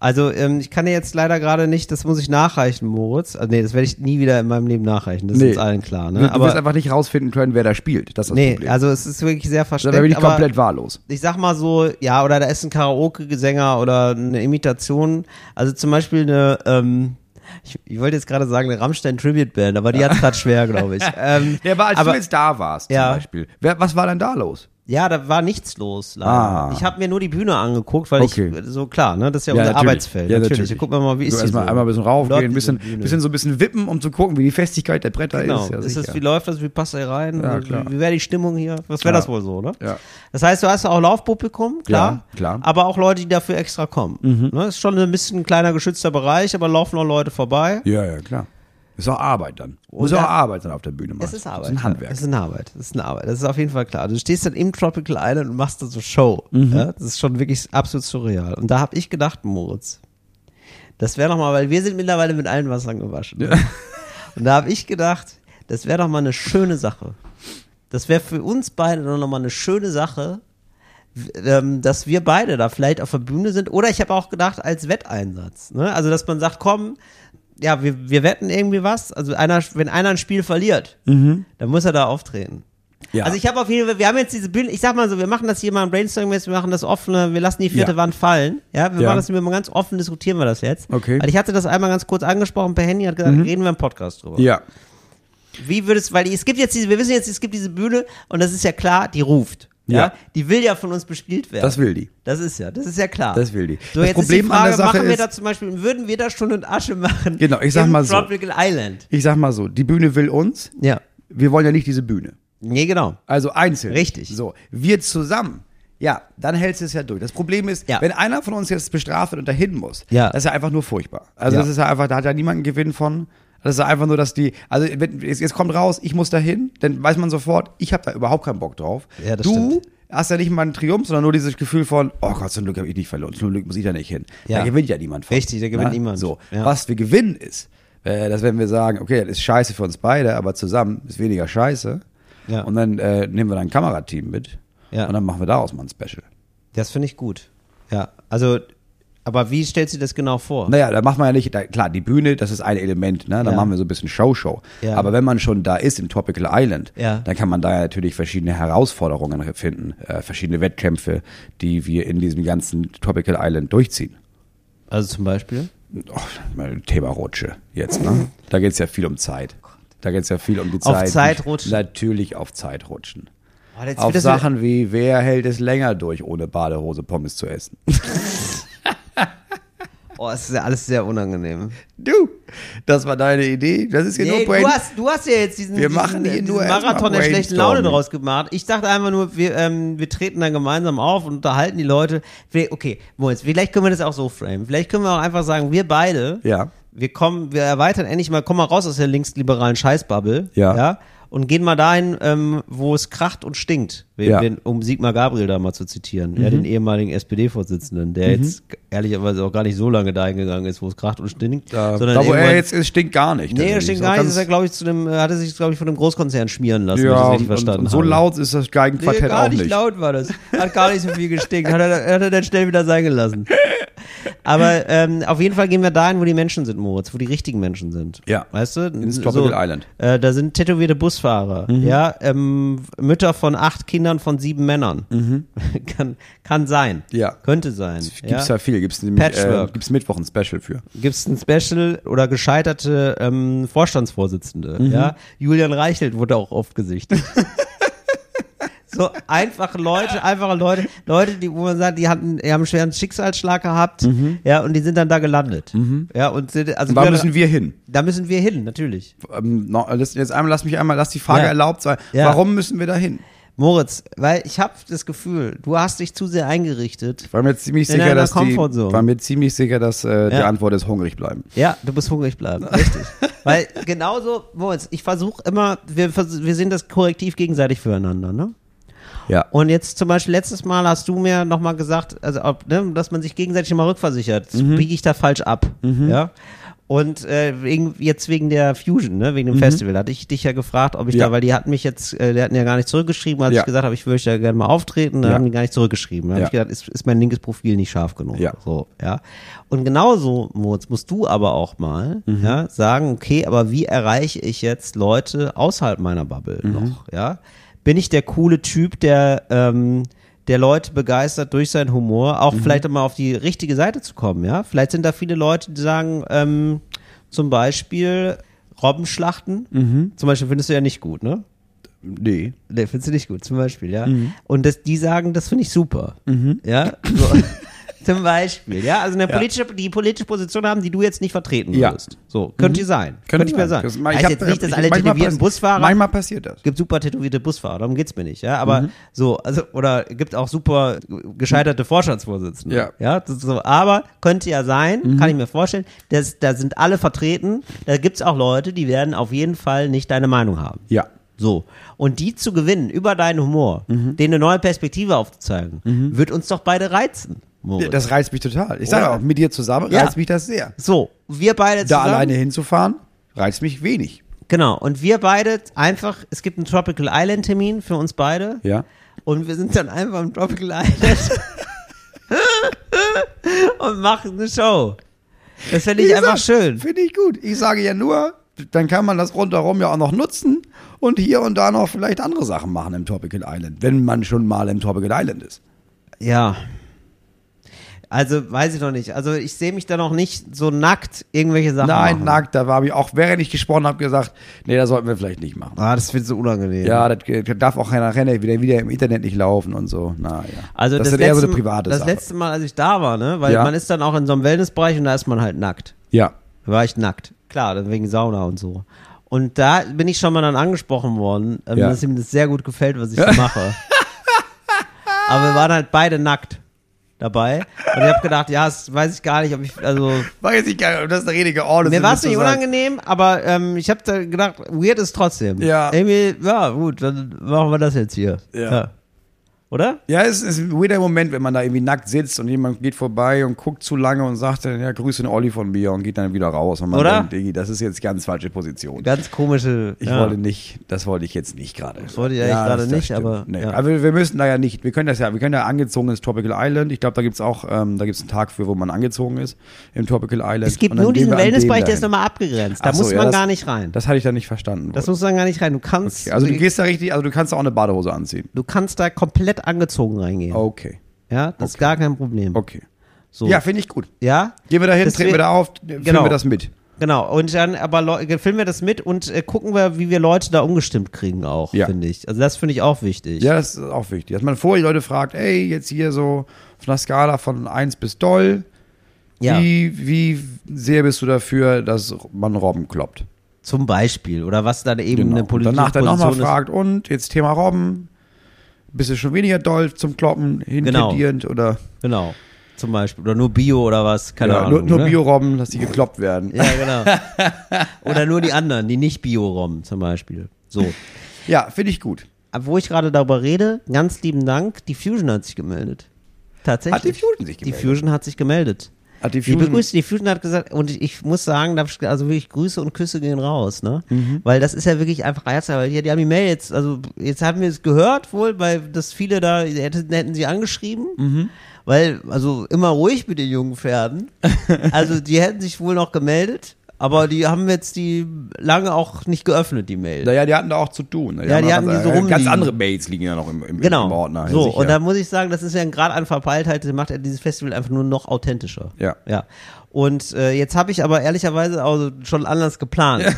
Also ähm, ich kann dir jetzt leider gerade nicht, das muss ich nachreichen, Moritz. Also, nee, das werde ich nie wieder in meinem Leben nachreichen. Das Nee. ist uns allen klar. Du- Ne? du wirst Aber einfach nicht rausfinden können, wer da spielt. Das ist das nee, Problem. also es ist wirklich sehr da versteckt. bin ich aber komplett wahllos. ich sag mal so, ja, oder da ist ein Karaoke-Sänger oder eine Imitation. Also zum Beispiel eine, ähm, ich, ich wollte jetzt gerade sagen, eine Rammstein-Tribute-Band, aber die hat es gerade schwer, (laughs) glaube ich. Ähm, Der war, als aber, du jetzt da warst, Ja. zum Beispiel. Wer, was war denn da los? Ja, da war nichts los, leider. Ah. Ich habe mir nur die Bühne angeguckt, weil Okay. ich, so klar, ne, das ist ja, unser natürlich. Arbeitsfeld. Ja, natürlich. natürlich. Gucken wir mal, wie So ist die erstmal so? einmal ein bisschen Läuft raufgehen, ein die bisschen, so die Bühne? bisschen so ein bisschen wippen, um zu gucken, wie die Festigkeit der Bretter Genau. ist. Ja, ist das, sicher. wie läuft das? Wie passt er rein? Ja, wie klar. wie wäre die Stimmung hier? Was wäre Ja. das wohl so, ne? Ja. Das heißt, du hast auch Laufpublikum, klar. Ja, klar. Mhm. Aber auch Leute, die dafür extra kommen. Ne? Ist schon ein bisschen ein kleiner geschützter Bereich, aber laufen auch Leute vorbei. ja, ja, klar. Ist auch Arbeit dann. Muss Und auch da- Arbeit sein auf der Bühne. Es Mann. ist Arbeit. Das ist ein Handwerk. Es ist eine Arbeit. Es ist eine Arbeit. Das ist auf jeden Fall klar. Du stehst dann im Tropical Island und machst da so Show. Mhm. Ja, das ist schon wirklich absolut surreal. Und da habe ich gedacht, Moritz, das wäre doch mal, weil wir sind mittlerweile mit allen Wassern gewaschen. (laughs) Und da habe ich gedacht, das wäre doch mal eine schöne Sache. Das wäre für uns beide doch nochmal eine schöne Sache, w- ähm, dass wir beide da vielleicht auf der Bühne sind. Oder ich habe auch gedacht, als Wetteinsatz. Ne? Also, dass man sagt, komm, ja, wir, wir wetten irgendwie was. Also, einer, wenn einer ein Spiel verliert, dann muss er da auftreten. Mhm. Ja. Also ich habe auf jeden Fall, wir haben jetzt diese Bühne, ich sag mal so, wir machen das hier mal im Brainstorming, wir machen das offene, wir lassen die vierte Ja. Wand fallen. Ja, wir Ja. machen das immer mal ganz offen, diskutieren wir das jetzt. Okay. Mhm. Weil ich hatte das einmal ganz kurz angesprochen per Handy, hat gesagt, reden wir im Podcast drüber. ja. Wie würdest, weil es gibt jetzt diese, wir wissen jetzt, es gibt diese Bühne und das ist ja klar, die ruft. Ja. Ja. Die will ja von uns bespielt werden. Das will die. Das ist ja, das ist ja klar. Das will die. So, Das jetzt Problem ist die Frage, an der Sache machen wir ist- da zum Beispiel, würden wir da schon in Asche machen? Genau, ich sag im mal so. Tropical Island. Ich sag mal so, die Bühne will uns. Ja. Wir wollen ja nicht diese Bühne. Nee, genau. Also einzeln. Richtig. So, wir zusammen. Ja, dann hältst du es ja durch. Das Problem ist, Ja. wenn einer von uns jetzt bestraft wird und dahin muss, Ja. das ist ja einfach nur furchtbar. Also Ja. das ist ja einfach, da hat ja niemand einen Gewinn von. Das ist ja einfach nur, dass die, also wenn, jetzt, jetzt kommt raus, ich muss dahin, dann weiß man sofort, ich habe da überhaupt keinen Bock drauf. Ja, das du stimmt. hast ja nicht mal einen Triumph, sondern nur dieses Gefühl von, oh Gott, zum Glück habe ich nicht verloren, zum Glück muss ich da nicht hin. Ja. Da gewinnt ja niemand von. Richtig, da gewinnt Na? niemand. So, Ja. was wir gewinnen ist, äh, dass wenn wir sagen, okay, das ist scheiße für uns beide, aber zusammen ist weniger scheiße. Ja. Und dann äh, nehmen wir dann ein Kamerateam mit Ja. und dann machen wir daraus mal ein Special. Das finde ich gut. Ja, also, aber wie stellst du das genau vor? Naja, da macht man ja nicht, da, klar, die Bühne, das ist ein Element, ne? da Ja. machen wir so ein bisschen Show-Show. Ja. Aber wenn man schon da ist, im Tropical Island, Ja. dann kann man da ja natürlich verschiedene Herausforderungen finden, äh, verschiedene Wettkämpfe, die wir in diesem ganzen Tropical Island durchziehen. Also zum Beispiel? Oh, mein Thema Rutsche jetzt, ne? Da geht es ja viel um Zeit. Da geht es ja viel um die Oh Auf Zeit. Zeit rutschen. Natürlich auf Zeit rutschen. Oh, jetzt auf wird das- Sachen wie, wer hält es länger durch, ohne Badehose Pommes zu essen? Oh, es ist ja alles sehr unangenehm. Du, das war deine Idee. Das ist hier Nee, nur du, Brain. hast, du hast ja jetzt diesen, Wir diesen, machen hier diesen nur erstmal Marathon der schlechten Laune Brainstorming. draus gemacht. Ich dachte einfach nur, wir, ähm, wir treten dann gemeinsam auf und unterhalten die Leute. Wir, okay, Moritz, vielleicht können wir das auch so framen. Vielleicht können wir auch einfach sagen, wir beide, Ja. wir kommen, wir erweitern endlich mal, kommen mal raus aus der linksliberalen Scheißbubble. Ja. und gehen mal dahin, ähm, wo es kracht und stinkt, Wenn- Ja. Mhm. wenn, um Sigmar Gabriel da mal zu zitieren, ja, den ehemaligen SPD-Vorsitzenden, der jetzt ehrlicherweise auch gar nicht so lange dahin gegangen ist, wo es kracht und stinkt, Da, sondern da wo er irgendwann- jetzt ist, stinkt gar nicht. Nee, tatsächlich. das stimmt Ist gar auch nicht. Das ist ganz- ja, glaube ich, zu dem, äh, hatte sich, glaube ich, von einem Großkonzern schmieren lassen, wenn ich ja, das und, richtig und, verstanden und so habe. laut ist das Geigenquartett nee, gar auch nicht. nicht. laut war das. Hat gar nicht so viel gestinkt. Hat er, hat er dann schnell wieder sein gelassen. Aber ähm, auf jeden Fall gehen wir dahin, wo die Menschen sind, Moritz, wo die richtigen Menschen sind. Ja. Weißt du? Ins Tropical Island. Mhm. Äh, da sind tätowierte Busfahrer, ja, ähm, Mütter von acht Kindern von sieben Männern. (laughs) kann, kann sein. Mhm. Ja. Könnte sein. Gibt's ja, ja? viel. Gibt's nämlich, äh, Patchwork. gibt's Mittwoch ein Special für. gibt es ein Special oder gescheiterte ähm, Vorstandsvorsitzende. Mhm. Ja? Julian Reichelt wurde auch (laughs) oft gesichtet. so einfache Leute, einfache Leute, Leute, die, wo man sagt, die hatten, die haben einen schweren Schicksalsschlag gehabt, ja, und die sind dann da gelandet. Ja, und sind, Mhm. also Und da Julian- müssen wir hin. da müssen wir hin, natürlich. Ähm, no, das- jetzt einmal, lass mich einmal, lass die Frage Ja. erlaubt sein. Ja. Warum müssen wir da hin? Moritz, weil ich habe das Gefühl, du hast dich zu sehr eingerichtet. Ich war mir ziemlich In sicher, einer dass die, Comfortzone. war mir ziemlich sicher, dass äh, die Ja. Antwort ist hungrig bleiben. Ja, du musst hungrig (laughs) bleiben. Richtig. Weil genauso, Moritz, ich versuche immer, wir, vers- wir sind das korrektiv gegenseitig füreinander, ne? Ja. Und jetzt zum Beispiel letztes Mal hast du mir nochmal Mhm. gesagt, also ob, ne, dass man sich gegenseitig immer rückversichert. Biege ich da falsch ab? Ja. Und äh, wegen, jetzt wegen der Fusion, ne, wegen dem Festival, hatte ich dich ja gefragt, ob ich Mhm. Ja. da, weil die hatten mich jetzt, äh, die hatten ja gar nicht zurückgeschrieben, als Ja. ich gesagt habe, ich würde ja gerne mal auftreten, dann Ja. haben die gar nicht zurückgeschrieben. Dann Ja. habe ich gedacht, ist, ist mein linkes Profil nicht scharf genug. Ja. So, ja. Und genauso, Moritz, musst du aber auch mal ja, sagen, okay, aber wie erreiche ich jetzt Leute außerhalb meiner Bubble noch? Ja? Bin ich der coole Typ, der ähm, der Leute begeistert durch seinen Humor, auch vielleicht um mal auf die richtige Seite zu kommen, ja? Vielleicht sind da viele Leute, die sagen, ähm, zum Beispiel Robbenschlachten, zum Beispiel findest du ja nicht gut, ne? Nee. Nee, findest du nicht gut, zum Beispiel, ja. Mhm. Und das, die sagen, das finde ich super. Ja. (laughs) So. (laughs) zum Beispiel, ja. Also eine politische, die politische Position haben, die du jetzt nicht vertreten Ja. Mhm. würdest. So, könnte sein. Könnte ich mir sagen. Das- heißt hab- jetzt nicht, dass ich- alle manchmal tätowierten pass- Busfahrer Manchmal Mhm. passiert das. gibt super tätowierte Busfahrer, darum geht's mir nicht, ja, aber so, also, oder gibt auch super gescheiterte Vorstandsvorsitzende, Ja. Mhm. ja das ist so, aber könnte ja sein, kann ich mir vorstellen, dass, da sind alle vertreten, da gibt's auch Leute, die werden auf jeden Fall nicht deine Meinung haben. Ja. So. Und die zu gewinnen über deinen Humor, Mhm. denen eine neue Perspektive aufzuzeigen, wird uns doch beide reizen. Moritz. Das reizt mich total. Ich sage Oder? auch, mit dir zusammen Ja. reizt mich das sehr. so, wir beide Da zusammen. alleine hinzufahren, reizt mich wenig. Genau. Und wir beide einfach, es gibt einen Tropical Island Termin für uns beide. Ja. Und wir sind dann einfach im Tropical Island (laughs) und machen eine Show. Das fände ich Wie einfach gesagt, schön. Finde ich gut. Ich sage ja nur, dann kann man das rundherum ja auch noch nutzen und hier und da noch vielleicht andere Sachen machen im Tropical Island, wenn man schon mal im Tropical Island ist. Ja. Also, weiß ich noch nicht. Also, ich sehe mich da noch nicht so nackt irgendwelche Sachen Nein, machen. nackt, da war ich auch, während ich gesprochen habe, gesagt, nee, das sollten wir vielleicht nicht machen. Ah, das wird so unangenehm. Ja, das ge- darf auch nachher wieder, wieder im Internet nicht laufen und so. Na, ja. Also das, das, sind eher so letzte, eine private Das Sache. letzte Mal, als ich da war, ne, weil Ja. man ist dann auch in so einem Wellnessbereich und da ist man halt nackt. ja. Da war ich nackt. Klar, dann wegen Sauna und so. Und da bin ich schon mal dann angesprochen worden, ähm, Ja. dass ihm das sehr gut gefällt, was ich so (laughs) mache. Aber wir waren halt beide nackt dabei. Und ich habe gedacht, ja, das weiß ich gar nicht, ob ich, also, Weiß ich gar nicht, ob das eine richtige Ordnung mir war es nicht unangenehm. unangenehm, aber ähm, ich habe da gedacht, weird ist trotzdem. Ja. Irgendwie, ja, gut, dann machen wir das jetzt hier. Ja. Oder? Ja, es ist ein weirder Moment, wenn man da irgendwie nackt sitzt und jemand geht vorbei und guckt zu lange und sagt dann, ja, grüße den Olli von mir und geht dann wieder raus. Und man Oder? denkt, Diggi, das ist jetzt ganz falsche Position. Ganz komische. Ich ja. wollte nicht, das wollte ich jetzt nicht gerade. Das wollte ich eigentlich gerade das nicht, stimmt. aber, Nee. ja. Aber wir, wir müssen da ja nicht, wir können das ja, wir können ja angezogen ins Tropical Island. Ich glaube, da gibt's auch, ähm, da gibt's einen Tag für, wo man angezogen ist im Tropical Island. Es gibt Und dann nur gehen wir diesen an dem Wellnessbereich, der dahin. ist nochmal abgegrenzt. Da Ach so, muss ja, man das- gar nicht rein. Das, Das hatte ich da nicht verstanden. muss man gar nicht rein. Du kannst, okay. Also du du, gehst da richtig, also du kannst da auch eine Badehose anziehen. du kannst da komplett angezogen reingehen. Okay, Ja, das ist Oh, Okay. gar kein Problem. okay. So. Ja, finde ich gut. ja? Gehen wir da hin, Das treten wär- wir da auf, filmen Genau. wir das mit. Genau. Und dann aber Leu- filmen wir das mit und äh, gucken wir, wie wir Leute da umgestimmt kriegen auch, Ja. finde ich. Also das finde ich auch wichtig. Ja, das ist auch wichtig. Dass man vorher die Leute fragt, ey, jetzt hier so auf einer Skala von 1 bis doll, Ja. wie, wie sehr bist du dafür, dass man Robben kloppt? Zum Beispiel. Oder was dann eben Genau. eine Und politische Danach dann nochmal Position ist. fragt, und jetzt Thema Robben, bist du schon weniger doll zum Kloppen hintendierend oder Genau. Zum Beispiel. Oder nur Bio oder was. Keine ja, Ahnung. nur, nur ne? Bio-Robben, dass die gekloppt werden? Ja, genau. Oder nur die anderen, die nicht Bio-Rom zum Beispiel. (laughs) So. Ja, finde ich gut. Aber wo ich gerade darüber rede, ganz lieben Dank, die Fusion hat sich gemeldet. Tatsächlich. Hat die Fusion sich gemeldet? Die Fusion hat sich gemeldet. Hat die Die, Fusion- begrüßt, die Fusion hat gesagt, und ich, ich muss sagen, darf ich, also wirklich Grüße und Küsse gehen raus, ne? Mhm. Weil das ist ja wirklich einfach herzhaft. Weil die, die haben die Mail jetzt, also jetzt haben wir es gehört wohl, weil das viele da hätten, hätten sie angeschrieben. Mhm. Weil, also immer ruhig mit den jungen (laughs) Pferden. Also die hätten sich wohl noch gemeldet, aber die haben jetzt die lange auch nicht geöffnet, die Mail. Naja, die hatten da auch zu tun. Ja, haben die noch hatten ganz- die so Ganz rumliegen. andere Baits liegen ja noch im, im, Genau. im Ordner. ja, so, sicher. (laughs) und da muss ich sagen, das ist ja ein Grad an Verpeiltheit, der macht ja dieses Festival einfach nur noch authentischer. Ja. Ja. Und äh, jetzt habe ich aber ehrlicherweise also schon anders geplant. (laughs)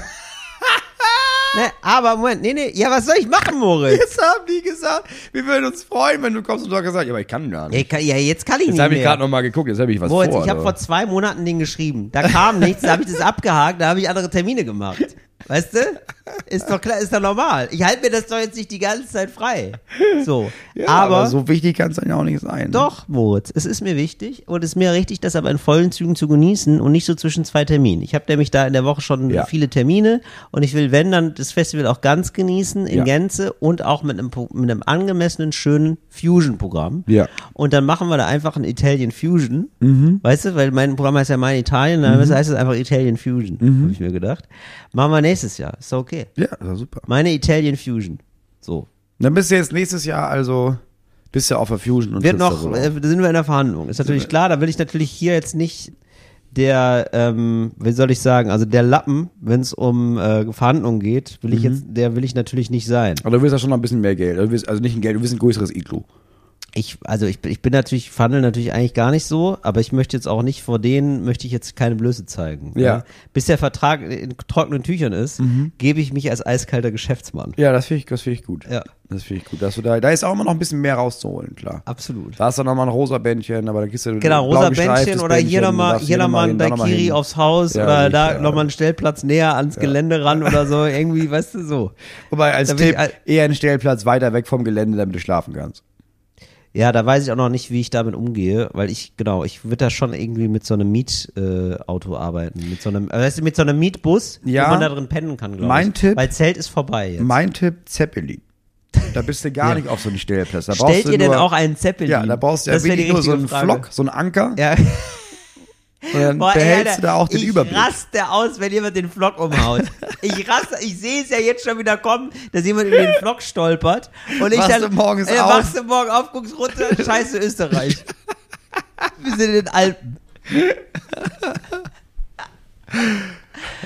ne, aber Moment, nee, nee, ja, was soll ich machen, Moritz? Jetzt haben die gesagt, wir würden uns freuen, wenn du kommst und du hast gesagt, ja, aber ich kann gar nicht. Ey, kann, ja, jetzt kann ich Jetzt nicht habe ich mehr. gerade nochmal geguckt, jetzt habe ich was Moritz, vor. also. ich habe oder? (laughs) vor zwei Monaten den geschrieben. Da kam nichts, da habe ich das abgehakt, da habe ich andere Termine gemacht. Weißt du? Ist doch klar, ist doch normal. Ich halte mir das doch jetzt nicht die ganze Zeit frei. So. Ja, aber, so wichtig kann es dann ja auch nicht sein. ne? doch, Moritz, es ist mir wichtig und es ist mir richtig, das aber in vollen Zügen zu genießen und nicht so zwischen zwei Terminen. Ich habe nämlich da in der Woche schon Ja. viele Termine und ich will, wenn, dann das Festival auch ganz genießen, in Ja. Gänze und auch mit einem, Pro- mit einem angemessenen, schönen Fusion-Programm. Ja. Mhm. Und dann machen wir da einfach ein Italian Fusion. Weißt du, weil mein Programm heißt ja Mein Italien, dann heißt es einfach Italian Fusion, Mhm. habe ich mir gedacht. Machen wir nächstes Jahr, ist doch okay. Ja, das war super. Meine Italian Fusion. So. Dann bist du jetzt nächstes Jahr also, bist ja auf der Fusion und Wird sitzt noch, darüber. äh, da sind wir in der Verhandlung. Ist natürlich klar, da will ich natürlich hier jetzt nicht der, ähm, wie soll ich sagen, also der Lappen, wenn es um äh, Verhandlungen geht, will ich jetzt, der will ich natürlich nicht sein. Aber du willst ja schon noch ein bisschen mehr Geld. Du willst, also nicht ein Geld, du willst ein größeres Iglu. Ich, also ich, bin- ich bin natürlich, verhandle natürlich eigentlich gar nicht so, aber ich möchte jetzt auch nicht vor denen, möchte ich jetzt keine Blöße zeigen. Ja. Bis der Vertrag in trockenen Tüchern ist, gebe ich mich als eiskalter Geschäftsmann. Ja, das finde ich, das find ich gut. Ja. Das finde ich gut. Dass du da, da ist auch immer noch ein bisschen mehr rauszuholen, klar. Absolut. Da hast du nochmal ein rosa Bändchen, aber da kriegst du Genau, ein blau rosa gestreiftes Bändchen oder hier Bändchen, nochmal darfst hier noch mal ein hin, da noch mal Daikiri hin. aufs Haus Ja, oder richtig, da ja. nochmal einen Stellplatz näher ans Gelände ran oder (laughs) so, irgendwie, weißt du, so. Wobei als Da bin ich Tipp, al- eher einen Stellplatz weiter weg vom Gelände, damit du schlafen kannst. Ja, da weiß ich auch noch nicht, wie ich damit umgehe, weil ich, genau, ich würde da schon irgendwie mit so einem Mietauto äh, Auto arbeiten, mit so einem, äh, weißt du, mit so einem Mietbus, Ja. wo man da drin pennen kann, glaube ich. Mein Tipp- Weil Zelt ist vorbei jetzt. Mein Tipp, Zeppelin. Da bist du (laughs) gar nicht auf so einen Stellplatz. Da brauchst Stellt du ihr denn nur, auch einen Zeppelin? Ja, da brauchst du ja Das wär die wirklich nur so einen richtige Frage. Flock, so einen Anker. Ja. Und dann Boah, ey, behältst Alter, du da auch den ich Überblick. raste aus, wenn jemand den (laughs) Vlog umhaut. Ich raste, ich sehe es ja jetzt schon wieder kommen, dass jemand über den Vlog stolpert. Und ich Wachst dann, du morgens äh, auf? wachst du morgen auf, guckst (laughs) runter, scheiße Österreich. Wir sind in den Alpen.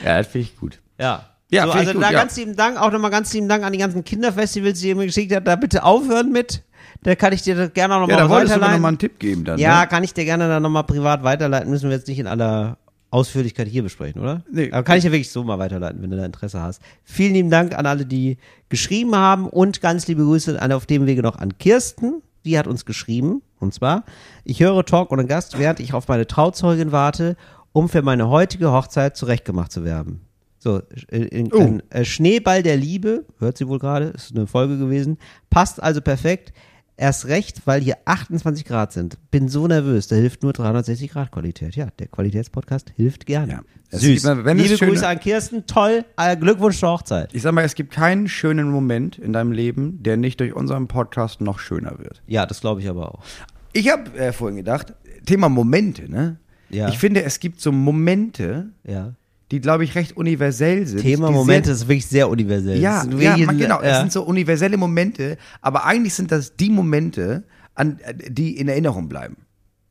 Ja, das finde ich gut. Ja. Ja, so, finde ich also gut, da ja. ganz lieben Dank, auch nochmal ganz lieben Dank an die ganzen Kinderfestivals, die ihr mir geschickt habt. Da bitte aufhören mit. Da kann ich dir das gerne auch nochmal Ja, da wolltest du mir weiterleiten. nochmal einen Tipp geben dann. ja, ne? kann ich dir gerne dann nochmal privat weiterleiten. Müssen wir jetzt nicht in aller Ausführlichkeit hier besprechen, oder? Nee. Aber kann ich ja wirklich so mal weiterleiten, wenn du da Interesse hast. Vielen lieben Dank an alle, die geschrieben haben und ganz liebe Grüße an, auf dem Wege noch an Kirsten. Die hat uns geschrieben. Und zwar, ich höre Talk und Gast, während ich auf meine Trauzeugin warte, um für meine heutige Hochzeit zurechtgemacht zu werden. So, äh, in, Oh. in, äh, Schneeball der Liebe, hört sie wohl gerade, ist eine Folge gewesen, passt also perfekt. Erst recht, weil hier 28 Grad sind. Bin so nervös, da hilft nur 360 Grad Qualität. Ja, der Qualitätspodcast hilft gerne. Ja. Es gibt mal- wenn es Liebe schöne- Grüße an Kirsten, toll, äh, Glückwunsch zur Hochzeit. Ich sag mal, es gibt keinen schönen Moment in deinem Leben, der nicht durch unseren Podcast noch schöner wird. Ja, das glaube ich aber auch. Ich habe äh, vorhin gedacht, Thema Momente, ne? Ja. Ich finde, es gibt so Momente, Ja. die, glaube ich, recht universell sind. Thema die Momente ist wirklich sehr Sehr, universell. Das ja, sind ja, wirklich- man, genau. Es ja. sind so universelle Momente, aber eigentlich sind das die Momente, an, äh, die in Erinnerung bleiben.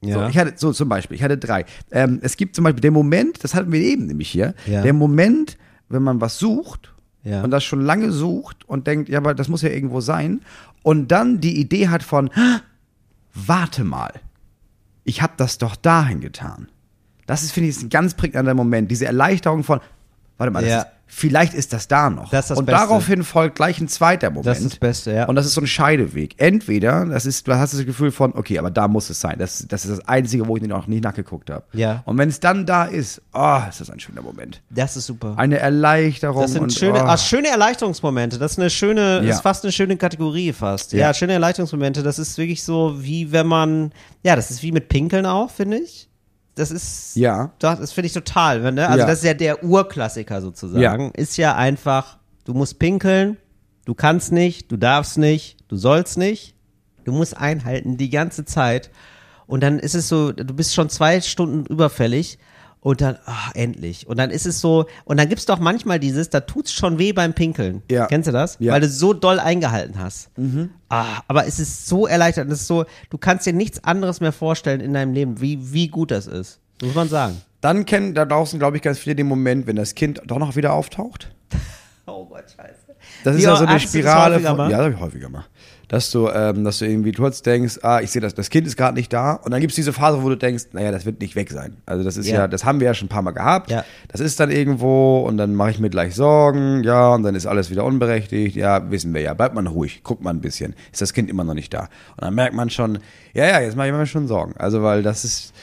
So, Ja. ich hatte, so zum Beispiel, ich hatte drei. Ähm, es gibt zum Beispiel den Moment, das hatten wir eben nämlich hier, Ja. der Moment, wenn man was sucht Ja. und das schon lange sucht und denkt, ja, aber das muss ja irgendwo sein und dann die Idee hat von, "Ah, warte mal, ich habe das doch dahin getan. Das ist, finde ich, ist ein ganz prägnanter Moment, diese Erleichterung von, warte mal, Ja. das ist, vielleicht ist das da noch. Das ist das und Beste. daraufhin folgt gleich ein zweiter Moment. Das ist das Beste, ja. Und das ist so ein Scheideweg. Entweder, das ist, du hast das Gefühl von, okay, aber da muss es sein. Das, das ist das Einzige, wo ich noch nicht nachgeguckt habe. Ja. Und wenn es dann da ist, oh, ist das ein schöner Moment. Das ist super. Eine Erleichterung. Das sind und, schöne, oh. ah, schöne Erleichterungsmomente. Das ist eine schöne, Ja. ist fast eine schöne Kategorie fast. Ja. Ja. schöne Erleichterungsmomente. Das ist wirklich so, wie wenn man, ja, das ist wie mit Pinkeln auch, finde ich. Das ist, Ja. doch, das finde ich total. wenn, Ne? Also Ja. das ist ja der Urklassiker sozusagen. Ist ja einfach, du musst pinkeln, du kannst nicht, du darfst nicht, du sollst nicht. Du musst einhalten die ganze Zeit. Und dann ist es so, du bist schon zwei Stunden überfällig und dann, ach, endlich. Und dann ist es so, und dann gibt's doch manchmal dieses, da tut's schon weh beim Pinkeln. Ja. Kennst du das? Ja. Mhm. Weil du so doll eingehalten hast. Ah, aber es ist so erleichternd, es ist so, du kannst dir nichts anderes mehr vorstellen in deinem Leben, wie, wie gut das ist. Muss man sagen. Dann kennen da draußen, glaube ich, ganz viele den Moment, wenn das Kind doch noch wieder auftaucht. Oh Gott, scheiße. Das Wie ist ja so eine hast du das Spirale. häufiger Von, mal? ja, das hab ich häufiger mal. Dass du, ähm, dass du irgendwie kurz denkst, ah, ich sehe das, das Kind ist gerade nicht da. Und dann gibt's diese Phase, wo du denkst, naja, das wird nicht weg sein. Also das ist Ja. ja, das haben wir ja schon ein paar Mal gehabt. Ja. Das ist dann irgendwo und dann mache ich mir gleich Sorgen, ja, und dann ist alles wieder unberechtigt, ja, wissen wir ja. Bleibt man ruhig, guckt man ein bisschen. Ist das Kind immer noch nicht da? Und dann merkt man schon, ja, ja, jetzt mache ich mir schon Sorgen. Also, weil das ist,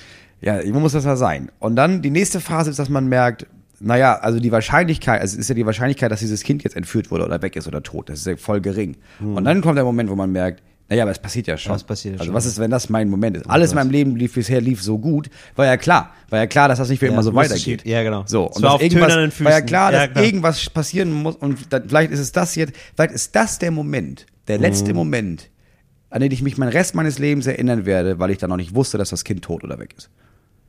ja, man muss das ja sein. Und dann die nächste Phase ist, dass man merkt, naja, also die Wahrscheinlichkeit, also es ist ja die Wahrscheinlichkeit, dass dieses Kind jetzt entführt wurde oder weg ist oder tot, das ist ja voll gering. Und dann kommt der Moment, wo man merkt, naja, aber es passiert ja schon. Ja, es Hm. passiert ja also schon. was ist, wenn das mein Moment ist? Alles in meinem Leben lief bisher lief so gut, war ja klar, war ja klar, dass das nicht für immer so muss es weitergeht. schief- ja, genau. So, Es war dass auf irgendwas, tönernen Füßen. war ja klar, dass Ja, klar. irgendwas passieren muss und dann, vielleicht ist es das jetzt, vielleicht ist das der Moment, der Mhm. letzte Moment, an den ich mich meinen Rest meines Lebens erinnern werde, weil ich dann noch nicht wusste, dass das Kind tot oder weg ist.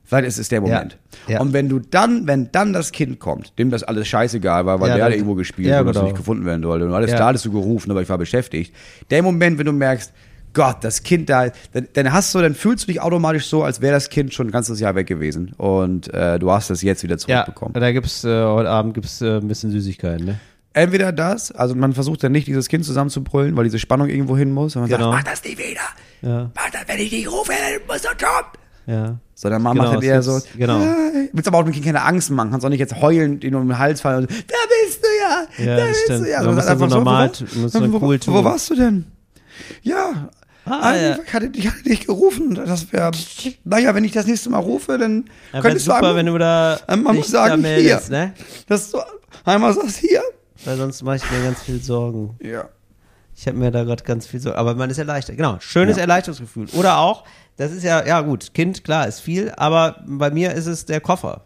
Vielleicht ist es der Moment. Ja. Und wenn du dann, wenn dann das Kind kommt, dem das alles scheißegal war, weil Ja, der hat dann- irgendwo gespielt ja, und das genau. nicht gefunden werden sollte und alles Ja. da hattest du gerufen, aber ich war beschäftigt. Der Moment, wenn du merkst, Gott, das Kind da, dann, dann hast du, dann fühlst du dich automatisch so, als wäre das Kind schon ein ganzes Jahr weg gewesen und äh, du hast das jetzt wieder Ja, zurückbekommen. da gibt's äh, heute Abend gibt's äh, ein bisschen Süßigkeiten, ne? Entweder das, also man versucht dann nicht, dieses Kind zusammenzubrüllen, weil diese Spannung irgendwo hin muss, und man Genau. sagt, mach das nicht wieder, Ja. mach das, wenn ich dich rufe, dann musst du kommen. Ja. Sondern man Genau, macht dann es eher so, gibt's- genau. "Hey." willst aber auch dem Kind keine Angst machen, kannst auch nicht jetzt heulen, ihn um den Hals fallen und, da bist du ja, Ja, da das bist du stimmt. ja. Man muss sagt dann so einfach normal wo, warst- tun, muss dann wo, cool wo tun. warst du denn? Ja, Ah, ah, ja. Ich, hatte, ich hatte dich gerufen, das wäre, naja, wenn ich das nächste Mal rufe, dann Ja, wär könntest super, du einmal, wenn du da einmal dich sagen, da meldest, hier. ne? dass du einmal sagst, hier. Weil sonst mache ich mir ganz viel Sorgen. Ja. Ich habe mir da gerade ganz viel Sorgen. Aber man ist erleichtert. Genau, schönes Erleichterungsgefühl. Oder auch, das ist ja, ja gut, Kind, klar, ist viel, aber bei mir ist es der Koffer.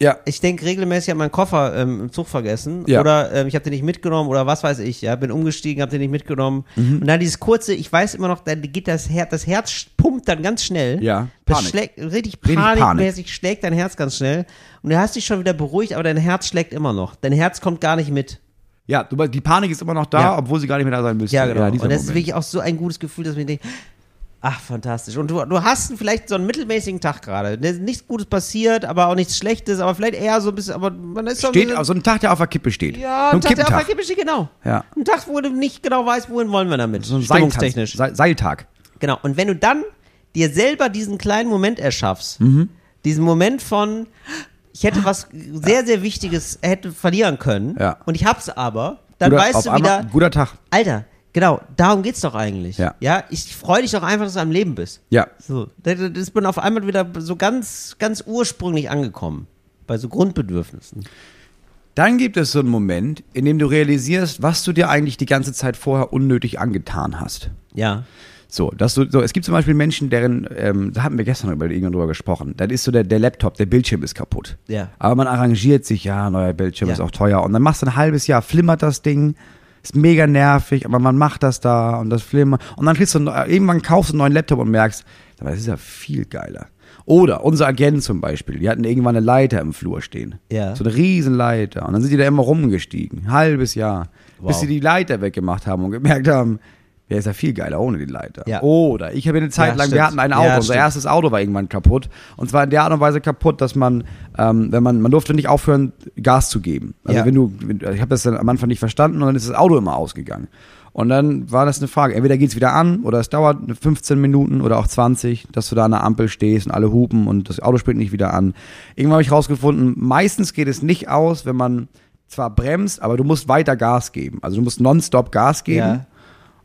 Ja. Ich denke regelmäßig an meinen Koffer ähm, im Zug vergessen Ja. oder ähm, ich habe den nicht mitgenommen oder was weiß ich, ja, bin umgestiegen, habe den nicht mitgenommen Mhm. und dann dieses kurze, ich weiß immer noch, dann geht das Herz, das Herz pumpt dann ganz schnell, Ja, das Panik. schlägt richtig Richtig Panik. panikmäßig schlägt dein Herz ganz schnell und du hast dich schon wieder beruhigt, aber dein Herz schlägt immer noch, dein Herz kommt gar nicht mit. Ja, du- die Panik ist immer noch da, Ja. obwohl sie gar nicht mehr da sein müsste. Ja, genau. dieser und das ist Moment. wirklich auch so ein gutes Gefühl, dass man denkt, ach, fantastisch. Und du, du hast vielleicht so einen mittelmäßigen Tag gerade. Da ist Nichts Gutes passiert, aber auch nichts Schlechtes, aber vielleicht eher so ein bisschen, aber man ist so ein Steht bisschen- auf so einem Tag, der auf der Kippe steht. ja, so ein ein Tag der Kippentag. Aufwärtsgeschichte, genau. Ja. Ein Tag, wo du nicht genau weißt, wohin wollen wir damit. So ein Stimmungstechnisch. Seiltanz- Se Seiltag. Genau. Und wenn du dann dir selber diesen kleinen Moment erschaffst, Mhm. diesen Moment von, ich hätte was sehr, sehr Wichtiges hätte verlieren können Ja. und ich hab's aber, dann Guter- auf weißt du einmal- wieder, Guter Tag. Alter, genau, darum geht's doch eigentlich. Ja. ich freue dich doch einfach, dass du am Leben bist. Ja. So, da, da ist man auf einmal wieder so ganz, ganz ursprünglich angekommen. Bei so Grundbedürfnissen. Dann gibt es so einen Moment, in dem du realisierst, was du dir eigentlich die ganze Zeit vorher unnötig angetan hast. Ja. So, dass du, so, es gibt zum Beispiel Menschen, deren, ähm, da hatten wir gestern über irgendwann drüber gesprochen, dann ist so der, der Laptop, der Bildschirm ist kaputt. Ja. Aber man arrangiert sich, ja, neuer Bildschirm Ja. ist auch teuer. Und dann machst du ein halbes Jahr, flimmert das Ding, ist mega nervig, aber man macht das da und das flimmert. Und dann kriegst du, einen- äh, irgendwann kaufst du einen neuen Laptop und merkst, aber das ist ja viel geiler. Oder unser Agent zum Beispiel, die hatten irgendwann eine Leiter im Flur stehen. Ja. So eine riesen Leiter. Und dann sind die da immer rumgestiegen. Ein halbes Jahr. Wow. Bis sie die Leiter weggemacht haben und gemerkt haben, ja, ist ja viel geiler ohne die Leiter. Ja. Oder ich habe eine Zeit Ja, lang, stimmt. wir hatten ein Ja, Auto, unser stimmt. erstes Auto war irgendwann kaputt. Und zwar in der Art und Weise kaputt, dass man, ähm, wenn man, man durfte nicht aufhören, Gas zu geben. Also Ja. wenn du, wenn, ich habe das dann am Anfang nicht verstanden und dann ist das Auto immer ausgegangen. Und dann war das eine Frage. Entweder geht's wieder an oder es dauert 15 Minuten oder auch 20, dass du da an der Ampel stehst und alle hupen und das Auto springt nicht wieder an. Irgendwann habe ich rausgefunden, meistens geht es nicht aus, wenn man zwar bremst, aber du musst weiter Gas geben. Also du musst nonstop Gas geben. Ja.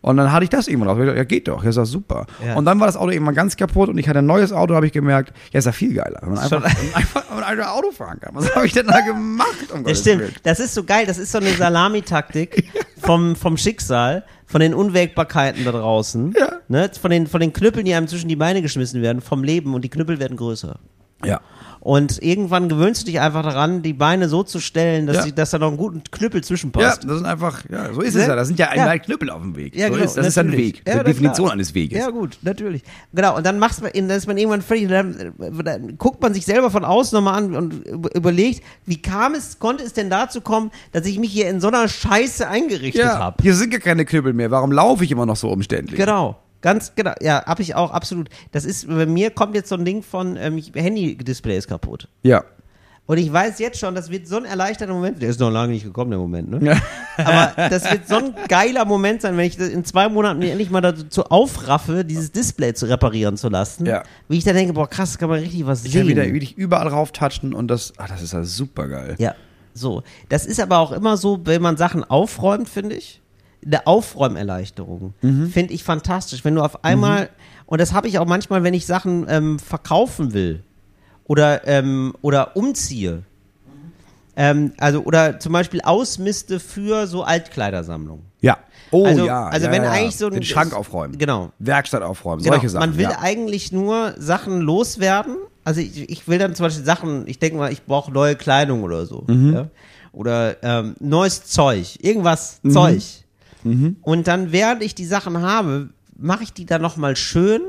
Und dann hatte ich das irgendwann auch. Ich dachte, Ja, geht doch. Ja, ist doch super. Ja. Und dann war das Auto irgendwann ganz kaputt und ich hatte ein neues Auto, habe ich gemerkt, ja, ist ja viel geiler. Wenn man einfach, einfach, wenn man einfach Auto fahren kann. Was habe ich denn (laughs) da gemacht? Um Das Gottes Willen? stimmt. Das ist so geil. Das ist so (laughs) eine Salamitaktik vom, vom Schicksal, von den Unwägbarkeiten da draußen. Ja. Ne? Von, den, von den Knüppeln, die einem zwischen die Beine geschmissen werden, vom Leben und die Knüppel werden größer. Ja. Und irgendwann gewöhnst du dich einfach daran, die Beine so zu stellen, dass, Ja. sie, dass da noch einen guten Knüppel zwischenpasst. Ja, das sind einfach, ja, so ist es Ne? ja. Da sind ja Ja. einmal Knüppel auf dem Weg. Ja, so genau, ist, das ist ein natürlich. Weg. Ja, die na Definition klar. eines Weges. Ja, gut, natürlich. Genau, und dann, macht's, man- dann ist man irgendwann völlig, dann, dann guckt man sich selber von außen nochmal an und über- überlegt, wie kam es, konnte es denn dazu kommen, dass ich mich hier in so einer Scheiße eingerichtet Ja, habe? hier sind gar keine Knüppel mehr. Warum laufe ich immer noch so umständlich? Genau. Ganz genau, ja, habe ich auch absolut. Das ist, bei mir kommt jetzt so ein Ding von, ähm, ich- Handy-Display ist kaputt. Ja. Und ich weiß jetzt schon, das wird so ein erleichterter Moment. Der ist noch lange nicht gekommen, der Moment, ne? Aber das wird so ein geiler Moment sein, wenn ich das in zwei Monaten mir endlich mal dazu aufraffe, dieses Display zu reparieren zu lassen. Ja. Wie ich dann denke, boah, krass, kann man richtig (laughs) was Ich sehen. kann wieder wirklich überall rauftatschen und das, ach, das ist ja super geil. ja, so. Das ist aber auch immer so, wenn man Sachen aufräumt, finde ich. Eine Aufräumerleichterung Mhm. finde ich fantastisch. Wenn du auf einmal, und das habe ich auch manchmal, wenn ich Sachen Mhm. ähm, verkaufen will oder, ähm, oder umziehe. Ähm, also, oder zum Beispiel Ausmiste für so Altkleidersammlungen. Ja. Oh also, ja. also ja, wenn ja, ja. eigentlich so ein den Schrank aufräumen, Genau. Werkstatt aufräumen, Genau, solche Sachen. Man will ja. eigentlich nur Sachen loswerden. Also ich, ich will dann zum Beispiel Sachen, ich denke mal, ich brauche neue Kleidung oder so. Mhm. Ja? Oder ähm, neues Zeug, irgendwas Mhm. Zeug. Und dann, während ich die Sachen habe, mache ich die dann nochmal schön,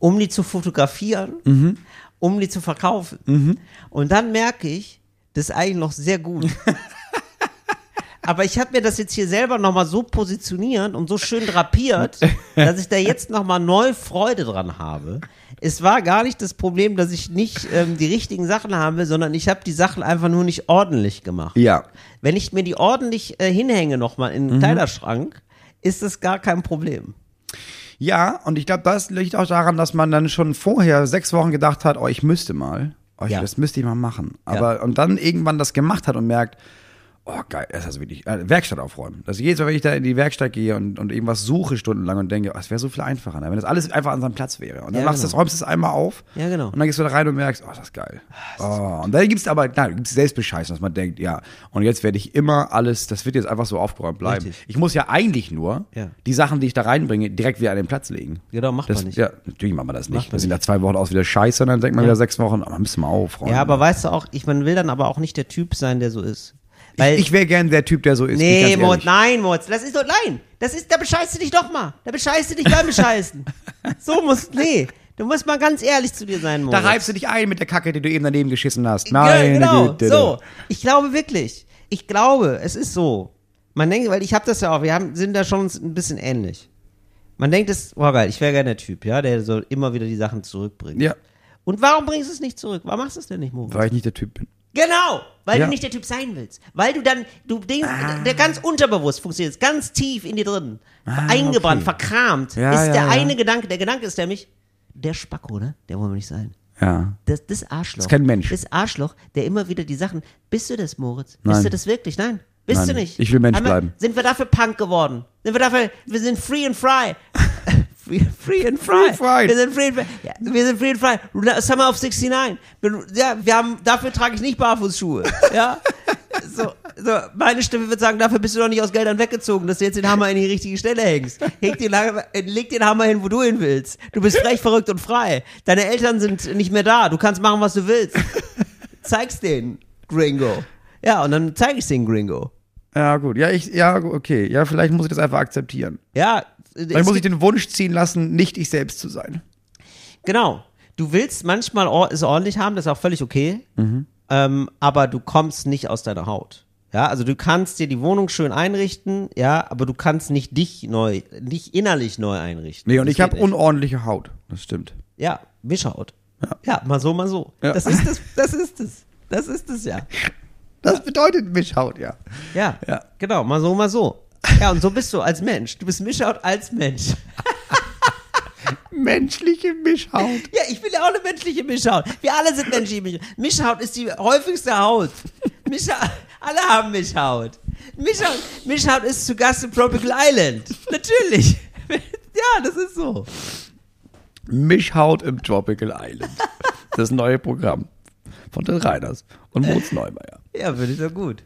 um die zu fotografieren, Mhm. um die zu verkaufen. Und dann merke ich, das ist eigentlich noch (laughs) sehr gut. Aber ich habe mir das jetzt hier selber nochmal so positioniert und so (laughs) schön drapiert, dass ich da jetzt nochmal neu Freude dran habe. Es war gar nicht das Problem, dass ich nicht ähm, die richtigen Sachen habe, sondern ich habe die Sachen einfach nur nicht ordentlich gemacht. ja. Mhm. Wenn ich mir die ordentlich äh, hinhänge nochmal in den Kleiderschrank, ist das gar kein Problem. Ja, und ich glaube, das liegt auch daran, dass man dann schon vorher sechs Wochen gedacht hat, oh, ich müsste mal. Oh, ich, Ja. Das müsste ich mal machen. Aber und dann irgendwann das gemacht hat und merkt, oh geil, das ist also wirklich äh, Werkstatt aufräumen. Das jedes Mal, wenn ich da in die Werkstatt gehe und, und irgendwas suche stundenlang und denke, oh, es wäre so viel einfacher, ne, wenn das alles einfach an seinem Platz wäre. Und dann Ja, machst du genau. das, räumst es einmal auf Ja, genau. Ah, und dann gehst du da rein und merkst, oh, das ist geil. Oh. Und dann gibt's aber, nein, gibt's Selbstbescheißen, dass man denkt, ja, und jetzt werde ich immer alles, das wird jetzt einfach so aufgeräumt bleiben. Richtig. Ich muss ja eigentlich nur Ja. die Sachen, die ich da reinbringe, direkt wieder an den Platz legen. Genau, macht das, man nicht. Ja, natürlich macht man das nicht. Macht man Wir sind nach zwei Wochen aus wieder scheiße und dann denkt man Ja. wieder sechs Wochen, oh, man müssen mal aufräumen. Ja, aber weißt du auch, ich man will dann aber auch nicht der Typ sein, der so ist. Weil ich wäre gern der Typ, der so ist. bin ich Nee, ganz ehrlich. Moritz, nein, Moritz, das ist doch, nein, das ist, da bescheißt du dich doch mal. Da bescheißt du dich beim Bescheißen. (laughs) so muss, nee, du musst mal ganz ehrlich zu dir sein, Da Moritz. reibst du dich ein mit der Kacke, die du eben daneben geschissen hast. Ja, Nein, genau, Güte. so. Ich glaube wirklich, ich glaube, es ist so. Man denkt, weil ich habe das ja auch, wir haben, sind da schon ein bisschen ähnlich. Man denkt, es, oh geil, ich wäre gerne der Typ, ja, der soll immer wieder die Sachen zurückbringen. Ja, Und warum bringst du es nicht zurück? Warum machst du es denn nicht, Moritz? weil ich nicht der Typ bin. Genau, weil Ja. Ah. du nicht der Typ sein willst. Weil du dann, du denkst, der ganz unterbewusst funktioniert, ganz tief in dir drin, eingebrannt, verkramt, Ah, Ja, ist ja, der ja. eine Gedanke. Der Gedanke ist nämlich, der Spacko, ne? Der wollen wir nicht sein. Ja. Das, das Arschloch. Ist kein Mensch. Das Arschloch, der immer wieder die Sachen, bist du das, Moritz? Nein. Bist du das wirklich? Nein. Bist Nein, du nicht? ich will Mensch bleiben. Sind wir dafür Punk geworden? Sind wir dafür, wir sind free and fry. Free, free and fry. Free fried. Wir sind free and fry. Ja, wir sind free and fry. Summer of 69. Wir- Ja, wir haben, dafür trage ich (laughs) nicht Barfußschuhe. Ja. So, so, meine Stimme wird sagen, dafür bist du doch nicht aus Geldern weggezogen, dass du jetzt den Hammer in die richtige Stelle hängst. Leg den, Hammer- äh, leg den Hammer hin, wo du hin willst. Du bist frech, verrückt und frei. Deine Eltern sind nicht mehr da. Du kannst machen, was du willst. Zeig's denen, Gringo. Ja, und dann zeig ich's denen, Gringo. Ja, gut. Ja, ich, ja, okay. Ja, vielleicht muss ich das einfach akzeptieren. Ja, es Vielleicht muss ich gibt- den Wunsch ziehen lassen, nicht ich selbst zu sein. genau. Du willst manchmal or es ordentlich haben, das ist auch völlig okay. Ähm, aber du kommst nicht aus deiner Haut. Ja, also du kannst dir die Wohnung schön einrichten, ja, aber du kannst nicht dich neu, dich innerlich neu einrichten. Nee, und Das ich habe geht nicht. unordentliche Haut. Das stimmt. Ja, Mischhaut. Ja. ja, mal so, mal so. Ja. Das ist es, das ist es. Das ist es, ja. Das bedeutet Mischhaut, ja. Ja, Ja. genau, mal so, mal so. Ja, und so bist du als Mensch. Du bist Mischhaut als Mensch. Menschliche Mischhaut. Ja, ich bin ja auch eine menschliche Mischhaut. Wir alle sind menschliche Mischhaut. Mischhaut ist die häufigste Haut. Mischhaut, alle haben Mischhaut. Mischhaut, Mischhaut ist zu Gast in Tropical Island. Natürlich. (laughs) Ja, das ist so. Mischhaut im Tropical Island. Das neue Programm von den Reiners und Moritz Neumeier. Ja, finde ich doch gut.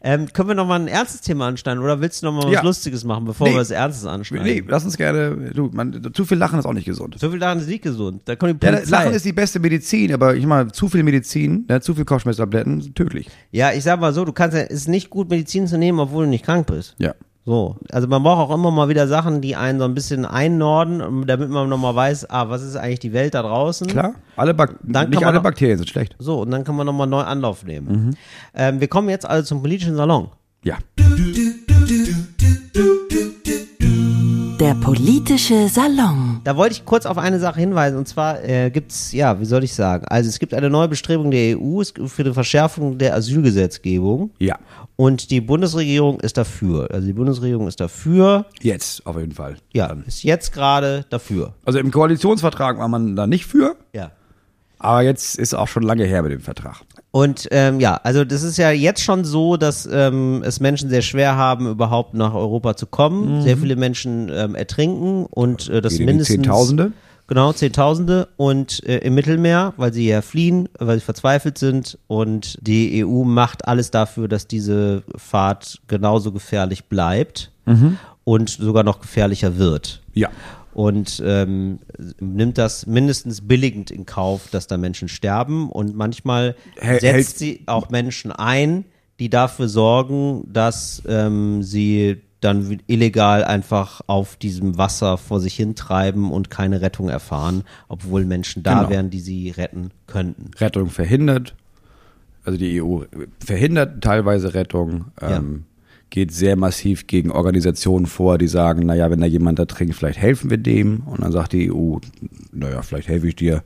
Ähm, können wir nochmal ein ernstes Thema anschneiden oder willst du nochmal was Ja. Lustiges machen, bevor Nee. wir was Ernstes anschneiden? Nee, lass uns gerne. Du, man, zu viel Lachen ist auch nicht gesund. So viel Lachen ist nicht gesund. Da kommt die Ja, Polizei. Lachen ist die beste Medizin, aber ich meine, zu viel Medizin, ne, zu viel Kopfschmerztabletten, sind tödlich. ja, ich sag mal so, du kannst ja, es ist nicht gut, Medizin zu nehmen, obwohl du nicht krank bist. Ja. So, also man braucht auch immer mal wieder Sachen, die einen so ein bisschen einnorden, um- damit man nochmal weiß, ah, was ist eigentlich die Welt da draußen? Klar, alle Bak Dann kann nicht man alle doch- Bakterien sind schlecht. So, und dann kann man nochmal neu Anlauf nehmen. Ähm, wir kommen jetzt also zum politischen Salon. Ja. Der politische Salon. Da wollte ich kurz auf eine Sache hinweisen, und zwar äh, gibt's, ja, wie soll ich sagen, also es gibt eine neue Bestrebung der EU es gibt für die Verschärfung der Asylgesetzgebung. Ja. Und die Bundesregierung ist dafür. Also die Bundesregierung ist dafür. Jetzt auf jeden Fall. Ja, ist jetzt gerade dafür. Also im Koalitionsvertrag war man da nicht für, Ja. aber jetzt ist auch schon lange her mit dem Vertrag. Und ähm, ja, also das ist ja jetzt schon so, dass ähm, es Menschen sehr schwer haben, überhaupt nach Europa zu kommen. Sehr viele Menschen ähm, ertrinken und äh, das Gehen in die mindestens Zehntausende? Genau, Zehntausende und äh, im Mittelmeer, weil sie ja fliehen, weil sie verzweifelt sind und die EU macht alles dafür, dass diese Fahrt genauso gefährlich bleibt und sogar noch gefährlicher wird. Ja. Und ähm, nimmt das mindestens billigend in Kauf, dass da Menschen sterben und manchmal Hält- setzt sie auch Menschen ein, die dafür sorgen, dass ähm, sie dann wie- illegal einfach auf diesem Wasser vor sich hintreiben und keine Rettung erfahren, obwohl Menschen da Genau. wären, die sie retten könnten. Rettung verhindert. Also die EU verhindert teilweise Rettung. Ja. Ähm, Geht sehr massiv gegen Organisationen vor, die sagen, naja, wenn da jemand da trinkt, vielleicht helfen wir dem. Und dann sagt die E EU, naja, vielleicht helfe ich dir,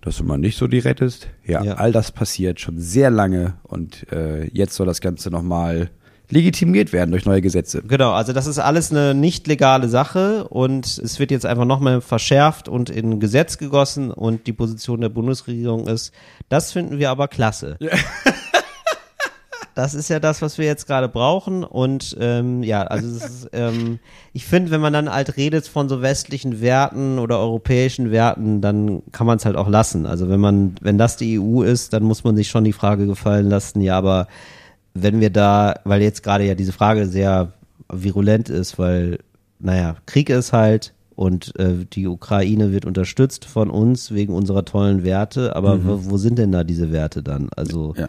dass du mal nicht so die rettest. Ja, Mhm. Ja. all das passiert schon sehr lange und äh, jetzt soll das Ganze nochmal legitimiert werden durch neue Gesetze. Genau, also das ist alles eine nicht legale Sache und es wird jetzt einfach nochmal verschärft und in ein Gesetz gegossen und die Position der Bundesregierung ist, das finden wir aber klasse. Das ist ja das, was wir jetzt gerade brauchen und ähm, ja, also es ist, ähm, ich finde, wenn man dann halt redet von so westlichen Werten oder europäischen Werten, dann kann man es halt auch lassen. Also wenn man, wenn das die EU ist, dann muss man sich schon die Frage gefallen lassen, ja, aber wenn wir da, weil jetzt gerade ja diese Frage sehr virulent ist, weil, naja, Krieg ist halt und äh, die Ukraine wird unterstützt von uns wegen unserer tollen Werte, aber wo, wo sind denn da diese Werte dann? Also, Ja.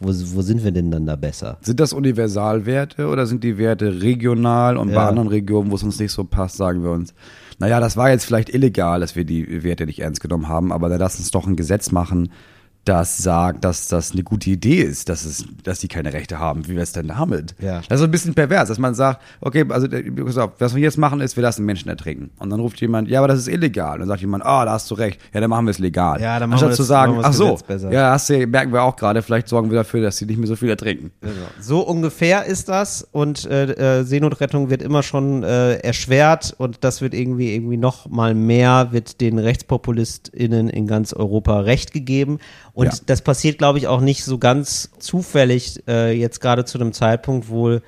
wo, wo sind wir denn dann da besser? Sind das Universalwerte oder sind die Werte regional und bei Ja. anderen Regionen, wo es uns nicht so passt, sagen wir uns, naja, das war jetzt vielleicht illegal, dass wir die Werte nicht ernst genommen haben, aber dann lass uns doch ein Gesetz machen, das sagt, dass das eine gute Idee ist, dass, es, dass die keine Rechte haben. Wie wäre es denn damit? Ja. Das ist so ein bisschen pervers, dass man sagt, okay, also äh, pass auf, was wir jetzt machen ist, wir lassen Menschen ertrinken. Und dann ruft jemand, ja, aber das ist illegal. Und dann sagt jemand, ah, da hast du recht, ja, dann machen wir es legal. Ja, dann machen Anstatt wir zu das- sagen, machen wir das ach so, Gesetz besser. ja, hast du, merken wir auch gerade, vielleicht sorgen wir dafür, dass sie nicht mehr so viel ertrinken. Also, So ungefähr ist das und äh, äh, Seenotrettung wird immer schon äh, erschwert und das wird irgendwie irgendwie noch mal mehr wird den Rechtspopulistinnen in ganz Europa Recht gegeben und Ja. das passiert glaube ich auch nicht so ganz zufällig äh, jetzt gerade zu einem Zeitpunkt, wo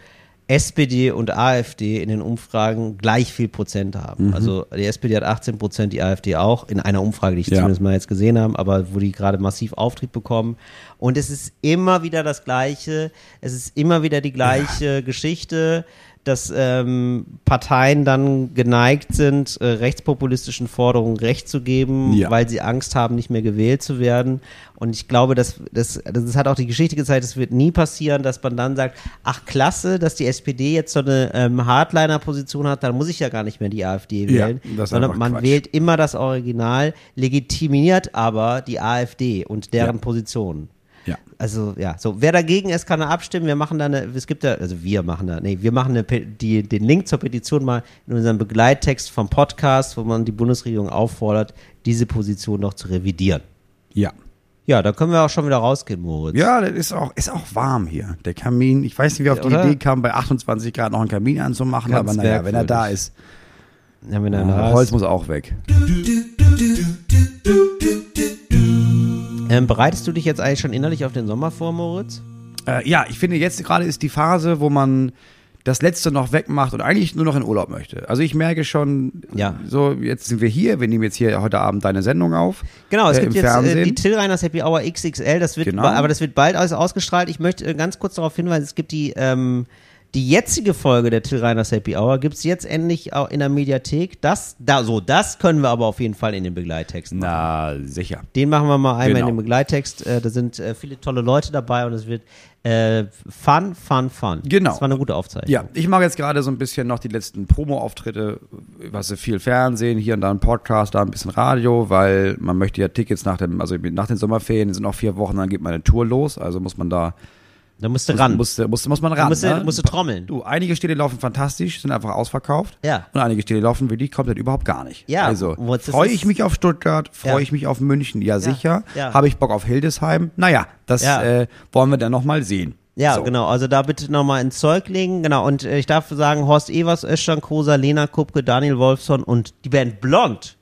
SPD und AfD in den Umfragen gleich viel Prozent haben. Also die SPD hat 18 Prozent, die AfD auch in einer Umfrage, die ich Ja. zumindest mal jetzt gesehen haben, aber wo die gerade massiv Auftrieb bekommen. Und es ist immer wieder das Gleiche. Es ist immer wieder die gleiche Geschichte, dass ähm, Parteien dann geneigt sind, äh, rechtspopulistischen Forderungen Recht zu geben, Ja. weil sie Angst haben, nicht mehr gewählt zu werden. Und ich glaube, das, das, das hat auch die Geschichte gezeigt, es wird nie passieren, dass man dann sagt, ach klasse, dass die SPD jetzt so eine ähm, Hardliner-Position hat, dann muss ich ja gar nicht mehr die AfD Ja, wählen, das ist sondern einfach man Quatsch. wählt immer das Original, legitimiert aber die AfD und deren Ja. Positionen. Ja. Also ja, so wer dagegen ist, kann da abstimmen. Wir machen da eine, es gibt da, also wir machen da, nee, wir machen eine, Pe- die, den Link zur Petition mal in unserem Begleittext vom Podcast, wo man die Bundesregierung auffordert, diese Position noch zu revidieren. Ja. Ja, da können wir auch schon wieder rausgehen, Moritz. Ja, das ist auch, ist auch warm hier. Der Kamin, ich weiß nicht, wie auf die Oder? Idee kam, bei 28 Grad noch einen Kamin anzumachen, Ganz aber naja, wenn er merkwürdig. da ist, Ja, wenn er da ja, ist. Holz muss auch weg. ähm, bereitest du dich jetzt eigentlich schon innerlich auf den Sommer vor, Moritz? Äh, ja, ich finde, jetzt gerade ist die Phase, wo man das Letzte noch wegmacht und eigentlich nur noch in Urlaub möchte. Also ich merke schon, Ja. so, jetzt sind wir hier, wir nehmen jetzt hier heute Abend deine Sendung auf. Genau, es äh, gibt im jetzt äh, Fernsehen. die Till Reiners Happy Hour XXL, das wird Genau. ba- aber das wird bald aus ausgestrahlt. Ich möchte äh, ganz kurz darauf hinweisen, es gibt die ähm, die jetzige Folge der Till Reiners Happy Hour gibt's jetzt endlich auch in der Mediathek. Das da so, das können wir aber auf jeden Fall in den Begleittext machen. Na, sicher. Den machen wir mal einmal Genau. in den Begleittext. Äh, da sind äh, viele tolle Leute dabei und es wird äh, fun, fun, fun. Genau. Das war eine gute Aufzeichnung. Ja, ich mache jetzt gerade so ein bisschen noch die letzten Promo-Auftritte, was viel Fernsehen, hier und da ein Podcast, da ein bisschen Radio, weil man möchte ja Tickets nach dem, also nach den Sommerferien sind noch vier Wochen, dann geht meine Tour los, also muss man da Da musst du ran. Muss, muss, muss man ran. da musst du, ne? musst du trommeln. Du, einige Städte laufen fantastisch, sind einfach ausverkauft. Ja. Und einige Städte laufen wirklich komplett überhaupt gar nicht. Ja, Also Moritz, das freue ist- ich mich auf Stuttgart, freue Ja. ich mich auf München, ja, sicher. ja. Habe ich Bock auf Hildesheim? Naja, das Ja. äh, wollen wir dann nochmal sehen. Ja, So. genau. Also da bitte nochmal ins Zeug legen. Genau. Und äh, ich darf sagen, Horst Evers, Özcan Kosa, Lena Kupke, Daniel Wolfson und die Band Blond.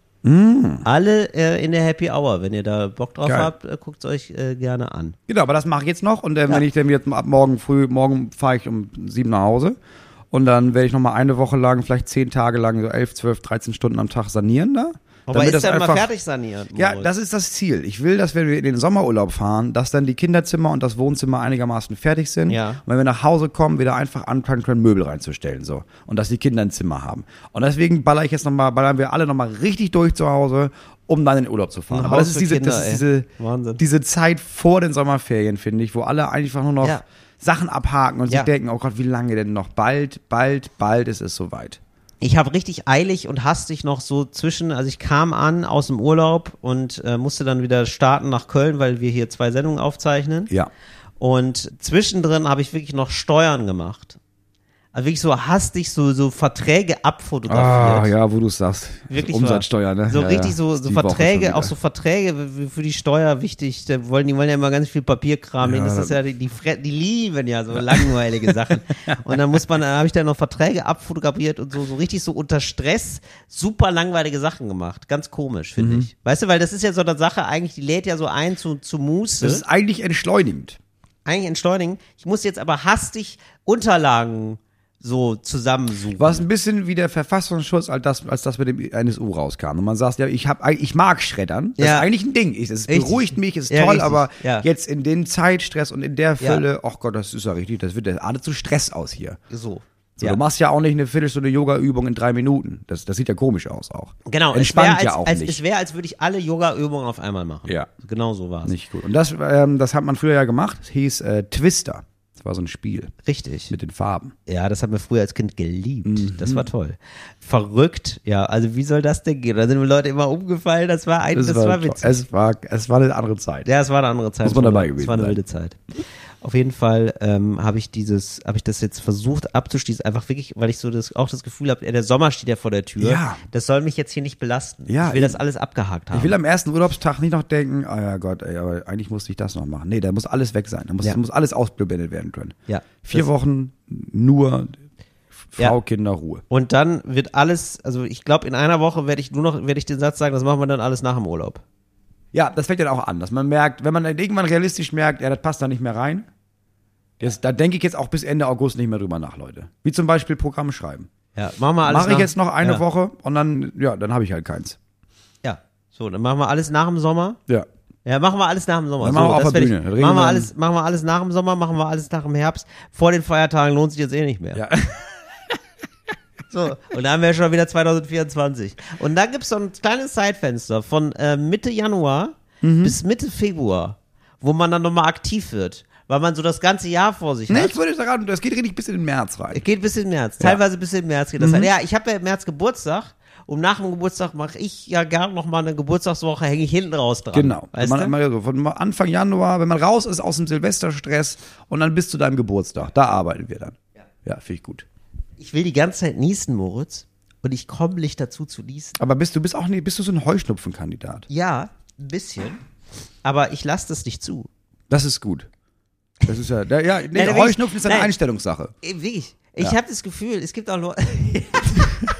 Alle äh, in der Happy Hour. Wenn ihr da Bock drauf Mm. Geil. habt, äh, guckt's euch äh, gerne an. Genau, aber das mache ich jetzt noch. Und äh, wenn ich dann jetzt ab morgen früh, morgen fahre ich um sieben nach Hause. Und dann werde ich nochmal eine Woche lang, vielleicht zehn Tage lang, so elf, zwölf, 13 Stunden am Tag sanieren da. Aber damit ist das dann mal einfach- fertig saniert? Ja, Moritz? das ist das Ziel. Ich will, dass wenn wir in den Sommerurlaub fahren, dass dann die Kinderzimmer und das Wohnzimmer einigermaßen fertig sind. Ja. Und wenn wir nach Hause kommen, wieder einfach anfangen können, Möbel reinzustellen. so Und dass die Kinder ein Zimmer haben. Und deswegen baller ich jetzt nochmal, ballern wir alle nochmal richtig durch zu Hause, um dann in den Urlaub zu fahren. Ein Aber Haus das ist für diese, Kinder, das ist ey. diese, Wahnsinn. diese Zeit vor den Sommerferien, finde ich, wo alle einfach nur noch Ja. Sachen abhaken und Ja. sich denken, oh Gott, wie lange denn noch? Bald, bald, bald ist es soweit. Ich habe richtig eilig und hastig noch so zwischen, also ich kam an aus dem Urlaub und äh, musste dann wieder starten nach Köln, weil wir hier zwei Sendungen aufzeichnen. Ja. Und zwischendrin habe ich wirklich noch Steuern gemacht. Also wirklich so hastig so, so Verträge abfotografiert. Ah, ja, wo du es sagst. Wirklich Umsatzsteuer, wahr. ne? So ja, richtig ja. so, so Die Woche schon Verträge, wieder. auch so Verträge w- w- für die Steuer wichtig. Da wollen, die wollen ja immer ganz viel Papierkram. Ja, das ist ja die, die, Fre- die lieben ja so (laughs) langweilige Sachen. Und dann muss man, dann habe ich dann noch Verträge abfotografiert und so, so richtig so unter Stress super langweilige Sachen gemacht. Ganz komisch, finde Mhm. ich. Weißt du, weil das ist ja so eine Sache eigentlich, die lädt ja so ein zu, zu Muße Das ist eigentlich entschleunigend. eigentlich entschleunigen. Ich muss jetzt aber hastig Unterlagen so zusammensuchen. War es ein bisschen wie der Verfassungsschutz, als das, als das mit dem NSU rauskam. Und man sagt, ja, ich, hab, eig- ich mag Schreddern. Das Ja. ist eigentlich ein Ding. Ich- Es Richtig. beruhigt mich, es ist Ja, toll, richtig. aber Ja. jetzt in dem Zeitstress und in der Ja. Fülle, ach Gott, das ist ja richtig, das wird ja geradezu Stress aus hier. So. So, ja. Du machst ja auch nicht eine Viertelstunde Yoga-Übung in drei Minuten. Das, das sieht ja komisch aus auch. Genau, Entspannt es wäre, ja als, auch als, nicht. Es wäre, als würde ich alle Yoga-Übungen auf einmal machen. Ja. Genau so war es. Nicht gut. Und das, ähm, das hat man früher ja gemacht. Das hieß äh, Twister. Das war so ein Spiel Richtig. mit Mhm. den Farben. Ja, das hat mir früher als Kind geliebt. Das war toll. Verrückt. Ja, also wie soll das denn gehen? Da sind mir Leute immer umgefallen. Das war ein, das, war, toll. witzig. Es war, es war eine andere Zeit. Ja, es war eine andere Zeit. Muss man dabei Es gewesen war eine sein. wilde Zeit. Auf jeden Fall ähm, habe ich dieses, habe ich das jetzt versucht abzuschließen, einfach wirklich, weil ich so das auch das Gefühl habe, der Sommer steht ja vor der Tür. Ja. Das soll mich jetzt hier nicht belasten. Ja, ich will eben. das alles abgehakt haben. Ich will am ersten Urlaubstag nicht noch denken, ah ja Gott, ey, aber eigentlich musste ich das noch machen. Nee, da muss alles weg sein. Da muss, Ja. muss alles ausgeblendet werden können. ja. Vier das, Wochen nur Frau, Ja. Kinder, Ruhe. und dann wird alles, also ich glaube, in einer Woche werde ich nur noch, werde ich den Satz sagen, das machen wir dann alles nach dem Urlaub. Ja, das fängt dann auch an, dass man merkt, wenn man dann irgendwann realistisch merkt, ja, das passt da nicht mehr rein. Das, da denke ich jetzt auch bis Ende August nicht mehr drüber nach, Leute. Wie zum Beispiel Programm schreiben. Ja, machen wir alles. Mache ich nach- jetzt noch eine ja. Woche und dann, ja, dann habe ich halt keins. Ja. So, dann machen wir alles nach dem Sommer. Ja. Ja, machen wir alles nach dem Sommer. Dann so, machen wir auf das der werd Bühne. Dann Ich, reden machen, wir wir alles, machen wir alles nach dem Sommer, machen wir alles nach dem Herbst. Vor den Feiertagen lohnt sich jetzt eh nicht mehr. Ja. (laughs) So, und da haben wir schon wieder 2024. Und dann gibt's so ein kleines Zeitfenster von äh, Mitte Januar Mhm. bis Mitte Februar, wo man dann nochmal aktiv wird, weil man so das ganze Jahr vor sich Nee, hat. ich würde sagen, das geht richtig bis in den März rein. Geht bis in den März, teilweise bis in den März geht das. Mhm. rein. Ja, ich habe ja im März Geburtstag. Und nach dem Geburtstag mache ich ja gern nochmal eine Geburtstagswoche, hänge ich hinten raus dran. Genau. Weißt man, du? man, so von Anfang Januar, wenn man raus ist aus dem Silvesterstress und dann bis zu deinem Geburtstag. Da arbeiten wir dann. Ja, finde ich gut. Ich will die ganze Zeit niesen, Moritz. Und ich komme nicht dazu zu niesen. Aber bist du bist auch nie, bist du so ein Heuschnupfenkandidat? Ja, ein bisschen. Aber ich lasse das nicht zu. Das ist gut. Das ist ja, ja, ja nee, (laughs) Nein, da bin ich- Heuschnupfen ist eine nein. Einstellungssache. Ey, Wirklich. Ich Ja. habe das Gefühl, es gibt auch Leute. (laughs)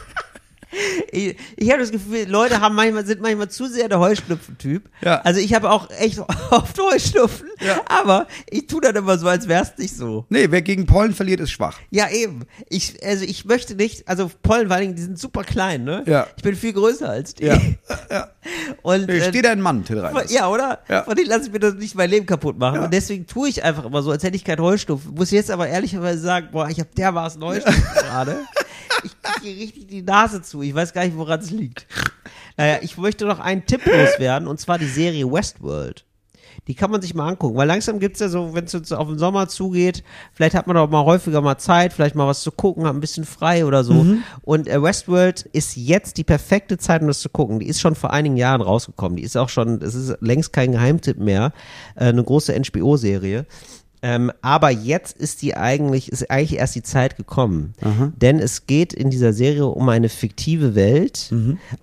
Ich, ich habe das Gefühl, Leute haben manchmal, sind manchmal zu sehr der Heuschnupfen-Typ. Ja. Also ich habe auch echt (laughs) oft Heuschnupfen, Ja. aber ich tue dann immer so, als wär's nicht so. Nee, wer gegen Pollen verliert, ist schwach. Ja, eben. Ich, also ich möchte nicht, also Pollen, vor allen Dingen, die sind super klein, ne? Ja. Ich bin viel größer als die. (laughs) Ja. Und, Nee, äh, steht da ein Mann, Till Reiners. Ja, oder? Ja. Von denen lasse ich mir das nicht mein Leben kaputt machen. Ja. Und deswegen tue ich einfach immer so, als hätte ich keinen Heuschnupfen. Muss jetzt aber ehrlicherweise sagen, boah, ich habe dermaßen Heuschnupfen gerade. Ich kriege hier richtig die Nase zu. Ich weiß gar nicht, woran es liegt. Naja, ich möchte noch einen Tipp loswerden, und zwar die Serie Westworld. Die kann man sich mal angucken, weil langsam gibt's ja so, wenn es jetzt auf den Sommer zugeht, vielleicht hat man doch mal häufiger mal Zeit, vielleicht mal was zu gucken, hat ein bisschen frei oder so. Und äh, Westworld ist jetzt die perfekte Zeit, um das zu gucken. Die ist schon vor einigen Jahren rausgekommen. Die ist auch schon, es ist längst kein Geheimtipp mehr, äh, eine große HBO-Serie. Ähm, aber jetzt ist die eigentlich, ist eigentlich erst die Zeit gekommen. Denn es geht in dieser Serie um eine fiktive Welt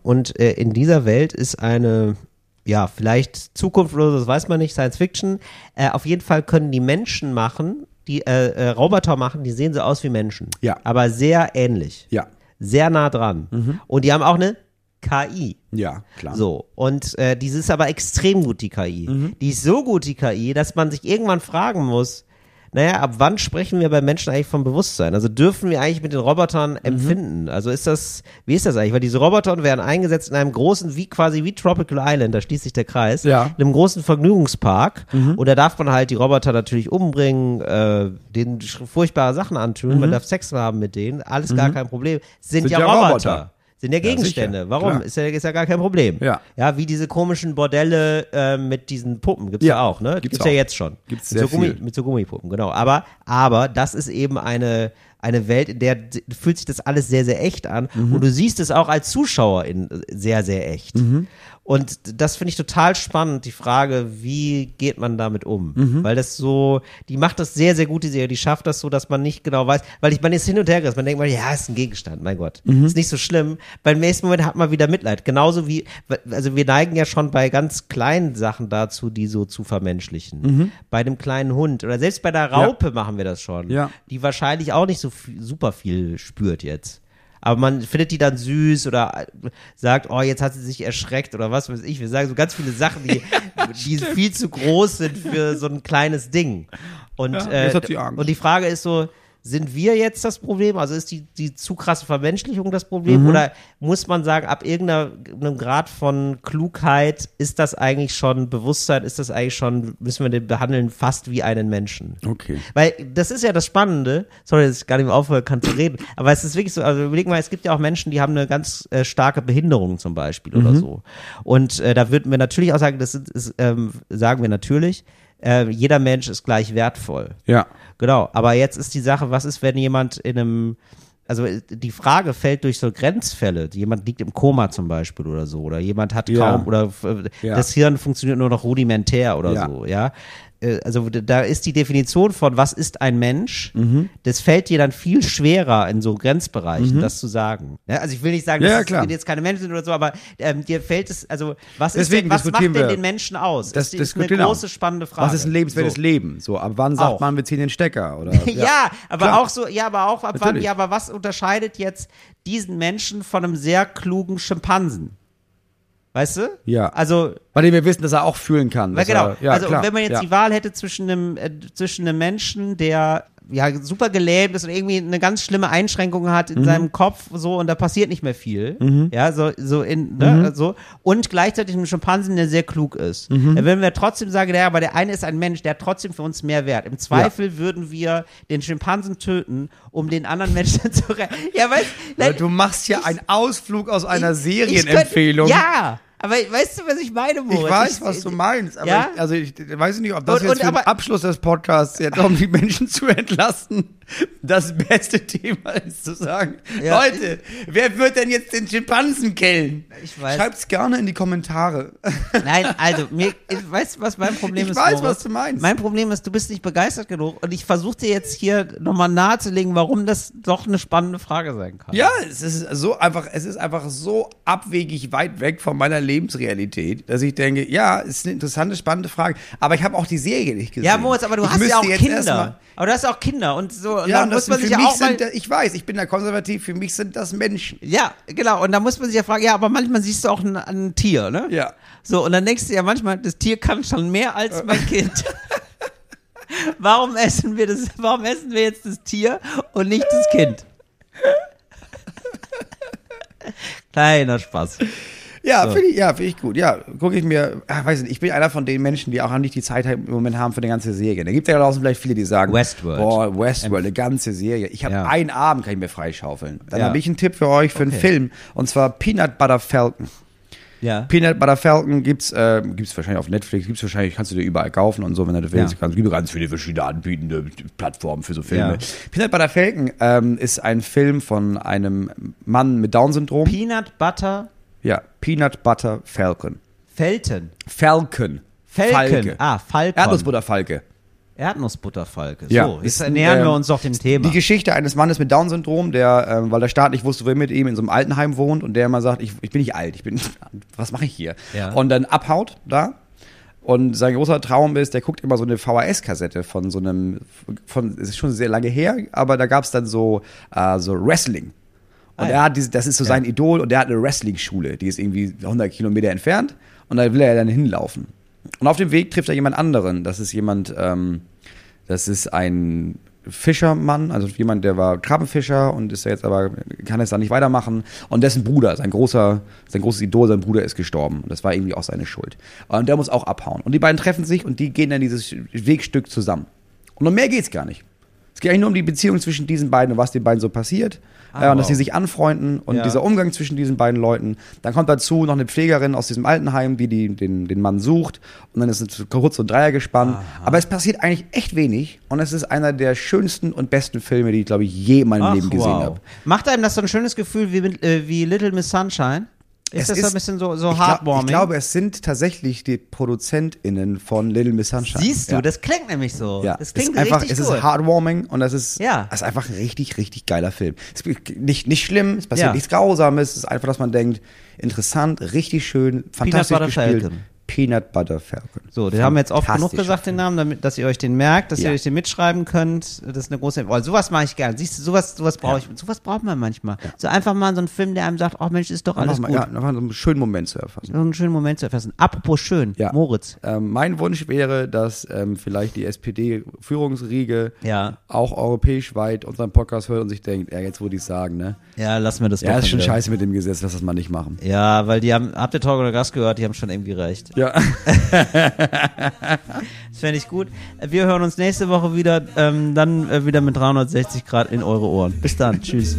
und äh, in dieser Welt ist eine, ja, vielleicht zukunftslose, das weiß man nicht, Science Fiction. Äh, auf jeden Fall können die Menschen machen, die äh, äh, Roboter machen, die sehen so aus wie Menschen. Ja. Aber sehr ähnlich. Ja. Mhm. Sehr nah dran. Und die haben auch eine KI. Ja, klar. So, und äh, die Mhm. ist aber extrem gut, die KI. Die ist so gut, die KI, dass man sich irgendwann fragen muss, naja, ab wann sprechen wir bei Menschen eigentlich vom Bewusstsein? Also dürfen wir eigentlich mit den Robotern empfinden? Also ist das, wie ist das eigentlich? Weil diese Roboter werden eingesetzt in einem großen, wie quasi wie Tropical Island, da schließt sich der Kreis, Ja. in einem großen Vergnügungspark. Und da darf man halt die Roboter natürlich umbringen, äh, denen sch- furchtbare Sachen antun, man darf Sex haben mit denen, alles gar kein Problem. Mhm. Sind, ja, Roboter. Sind ja Gegenstände. sicher, Warum? klar. Ist ja, ist ja gar kein Problem. Ja. Ja, wie diese komischen Bordelle äh, mit diesen Puppen. Gibt's ja, Ja, auch, ne? gibt's ja auch. jetzt schon. Gibt's mit, so sehr Gummi, viel. mit so Gummipuppen, genau. Aber, aber das ist eben eine, eine Welt, in der d- fühlt sich das alles sehr, sehr echt an. Mhm. Und du siehst es auch als Zuschauer in äh, sehr, sehr echt. Mhm. Und d- das finde ich total spannend, die Frage, wie geht man damit um? Mhm. Weil das so, die macht das sehr, sehr gut, die Serie. Die schafft das so, dass man nicht genau weiß, weil ich, man ist hin und her gerissen. Man denkt mal, ja, ist ein Gegenstand, mein Gott. Ist nicht so schlimm. Beim nächsten Moment hat man wieder Mitleid. Genauso wie, also wir neigen ja schon bei ganz kleinen Sachen dazu, die so zu vermenschlichen. Bei dem kleinen Hund oder selbst bei der Raupe machen wir das schon. Ja. Die wahrscheinlich auch nicht so viel, super viel spürt jetzt. Aber man findet die dann süß oder sagt, oh, jetzt hat sie sich erschreckt oder was weiß ich. Wir sagen so ganz viele Sachen, die, die viel zu groß sind für so ein kleines Ding. Und, Ja, äh, jetzt hat sie Angst. und die Frage ist so, sind wir jetzt das Problem? Also ist die, die zu krasse Vermenschlichung das Problem? Oder muss man sagen, ab irgendeinem Grad von Klugheit ist das eigentlich schon Bewusstsein, ist das eigentlich schon, müssen wir den behandeln fast wie einen Menschen? Okay. Weil das ist ja das Spannende. Sorry, dass ich gar nicht mehr aufhören kann zu reden. Aber es ist wirklich so, also überleg mal, es gibt ja auch Menschen, die haben eine ganz äh, starke Behinderung zum Beispiel oder so. Und äh, da würden wir natürlich auch sagen, das ist, ist ähm, sagen wir natürlich, äh, jeder Mensch ist gleich wertvoll. Ja. Genau, aber jetzt ist die Sache, was ist, wenn jemand in einem, also äh, die Frage fällt durch so Grenzfälle. Jemand liegt im Koma zum Beispiel oder so, oder jemand hat Ja. kaum, oder äh, Ja. das Hirn funktioniert nur noch rudimentär oder Ja. so, ja. Äh, Also d- da ist die Definition von, was ist ein Mensch, Mhm. das fällt dir dann viel schwerer in so Grenzbereichen, das zu sagen. Ja, also ich will nicht sagen, Ja, ja, dass klar. es jetzt keine Menschen sind oder so, aber ähm, dir fällt es, also was, Deswegen ist denn, was macht diskutieren denn wir- den Menschen aus? Das, Das, ist, ist das- eine genau. große spannende Frage. Was ist ein lebenswertes So. Leben? So, ab wann sagt Auch. man, wir ziehen den Stecker? (laughs) Oder? Äh, Ja, aber klar. auch so, ja, aber auch ab wann, Natürlich. ja, aber was unterscheidet jetzt diesen Menschen von einem sehr klugen Schimpansen? Weißt du? Ja. Also, Bei dem wir wissen, dass er auch fühlen kann. weil dass genau. Er, ja, also, klar. wenn man jetzt ja. die Wahl hätte zwischen einem, äh, zwischen einem Menschen, der ja super gelähmt ist und irgendwie eine ganz schlimme Einschränkung hat Mhm. in seinem Kopf, so, und da passiert nicht mehr viel, ja, so, so in, ne, Mhm. so, und gleichzeitig einem Schimpansen, der sehr klug ist, dann würden wir trotzdem sagen, naja, aber der eine ist ein Mensch, der hat trotzdem für uns mehr Wert. Im Zweifel würden wir den Schimpansen töten, um den anderen Menschen (laughs) zu retten. Ja, weißt Weil du machst ja einen Ausflug aus einer Serienempfehlung. Serienempfehlung. Ja, aber weißt du, was ich meine, Ich Moritz? weiß, was du meinst, aber äh, Ja? ich, also ich weiß nicht, ob das Und- jetzt und für den aber- Abschluss des Podcasts, jetzt um die Menschen (laughs) zu entlasten, das beste Thema ist zu sagen, Ja. Leute, wer wird denn jetzt den Schimpansen killen? Ich weiß. Schreibt's gerne in die (laughs) Kommentare. Nein, also, mir, ich weiß, was mein Problem Ich ist. weiß, Moritz. was du meinst. Mein Problem ist, du bist nicht begeistert genug und ich versuche dir jetzt hier nochmal nahezulegen, warum das doch eine spannende Frage sein kann. Ja, es ist so einfach, es ist einfach so abwegig weit weg von meiner Lebensrealität, dass ich denke, ja, ist eine interessante, spannende Frage. Aber ich habe auch die Serie nicht gesehen. Ja, Moritz, aber du Ich hast müsste ja auch jetzt erst mal- Kinder. Aber du hast auch Kinder und so. Und Ja, dann und muss das man sind, sich für ja mich auch mal. sind, da- ich weiß, ich bin da konservativ, für mich sind das Menschen. Ja, genau. Und da muss man sich ja fragen, ja, aber manchmal siehst du auch ein, ein Tier, ne? Ja. So, und dann denkst du ja manchmal, das Tier kann schon mehr als mein Kind. (laughs) warum essen wir das, warum essen wir jetzt das Tier und nicht das Kind? Kleiner Spaß. Ja, finde ich, ja, find ich gut. Ja, gucke ich mir, ach, weiß nicht, ich bin einer von den Menschen, die auch nicht die Zeit im Moment haben für eine ganze Serie. Da gibt es ja draußen vielleicht viele, die sagen, Westworld. Ähm, Boah, Westworld, eine ganze Serie. Ich habe Ja. einen Abend, kann ich mir freischaufeln. Dann Ja. habe ich einen Tipp für euch für einen Okay. Film, und zwar Peanut Butter Falcon. Ja. Peanut Butter Falcon gibt's, äh, gibt's wahrscheinlich auf Netflix, gibt's wahrscheinlich, kannst du dir überall kaufen und so, wenn du das willst. Ja. Kannst, gibt ganz viele verschiedene anbietende Plattformen für so Filme. Ja. Peanut Butter Falcon ähm, ist ein Film von einem Mann mit Down-Syndrom. Peanut Butter ja, Peanut Butter Falcon. Felten. Falcon. Felken. Falke. Ah, Falcon. Erdnussbutterfalke. Erdnussbutterfalke. Ja. So, jetzt Ist ein, ernähren wir ähm, uns doch dem Thema. Die Geschichte eines Mannes mit Down-Syndrom, der, ähm, weil der Staat nicht wusste, wo er mit ihm in so einem Altenheim wohnt und der immer sagt, ich, ich bin nicht alt, ich bin, (laughs) was mache ich hier? Ja. Und dann abhaut da. Und sein großer Traum ist, der guckt immer so eine VHS-Kassette von so einem, von, es ist schon sehr lange her, aber da gab es dann so, äh, so Wrestling. Und Ah, ja. er hat diese, das ist so sein Idol und der hat eine Wrestling-Schule, die ist irgendwie 100 Kilometer entfernt und da will er dann hinlaufen. Und auf dem Weg trifft er jemand anderen. Das ist jemand, ähm, Das ist ein Fischermann, also jemand, der war Krabbenfischer und ist ja jetzt aber, kann es da nicht weitermachen. Und dessen Bruder, sein großer, sein großes Idol, sein Bruder ist gestorben. Und das war irgendwie auch seine Schuld. Und der muss auch abhauen. Und die beiden treffen sich und die gehen dann dieses Wegstück zusammen. Und um mehr geht's gar nicht. Es geht eigentlich nur um die Beziehung zwischen diesen beiden und was den beiden so passiert. Ah, äh, und dass wow. sie sich anfreunden und Ja. dieser Umgang zwischen diesen beiden Leuten. Dann kommt dazu noch eine Pflegerin aus diesem Altenheim, die, die den, den Mann sucht. Und dann ist es kurz so ein Dreiergespann. Aber es passiert eigentlich echt wenig. Und es ist einer der schönsten und besten Filme, die ich, glaube ich, je in meinem Leben gesehen habe. Macht einem das so ein schönes Gefühl wie, mit- äh, wie Little Miss Sunshine? Ist Es das so ist- ein bisschen so, so Ich, glaub, ich heartwarming? glaube, es sind tatsächlich die ProduzentInnen von Little Miss Sunshine. Siehst du, Ja. das klingt nämlich so. Ja, Das klingt ist einfach, richtig es gut. ist heartwarming und das ist, Ja. das ist einfach ein richtig, richtig geiler Film. Es ist nicht, nicht schlimm, es passiert Ja. nichts Grausames, es ist einfach, dass man denkt, interessant, richtig schön, fantastisch Butter gespielt. Falcon. Peanut Butter Falcon. So, den haben wir jetzt oft genug Fantastisch. gesagt, den Namen, damit, dass ihr euch den merkt, dass Ja. ihr euch den mitschreiben könnt. Das ist eine große. Oh, sowas mache ich gern. Siehst du, sowas, sowas brauche ich. Sowas braucht man manchmal. So einfach mal so einen Film, der einem sagt, oh Mensch, ist doch alles Einfach gut. mal, ja, einfach so einen schönen Moment zu erfassen. So einen schönen Moment zu erfassen. Apropos schön, Ja. Moritz. Ähm, mein Wunsch wäre, dass ähm, vielleicht die SPD-Führungsriege Ja. auch europäisch weit unseren Podcast hört und sich denkt, ja, jetzt wo die es sagen, ne? Ja, lassen wir das Ja, doch ist schon wieder. scheiße mit dem Gesetz, lass das mal nicht machen. Ja, weil die haben, habt ihr Talk oder Gas gehört, die haben schon irgendwie recht. Ja. Das fände ich gut. Wir hören uns nächste Woche wieder, ähm, dann äh, wieder mit 360 Grad in eure Ohren. Bis dann. Tschüss.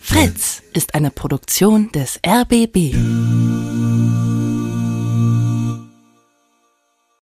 Fritz ist eine Produktion des RBB.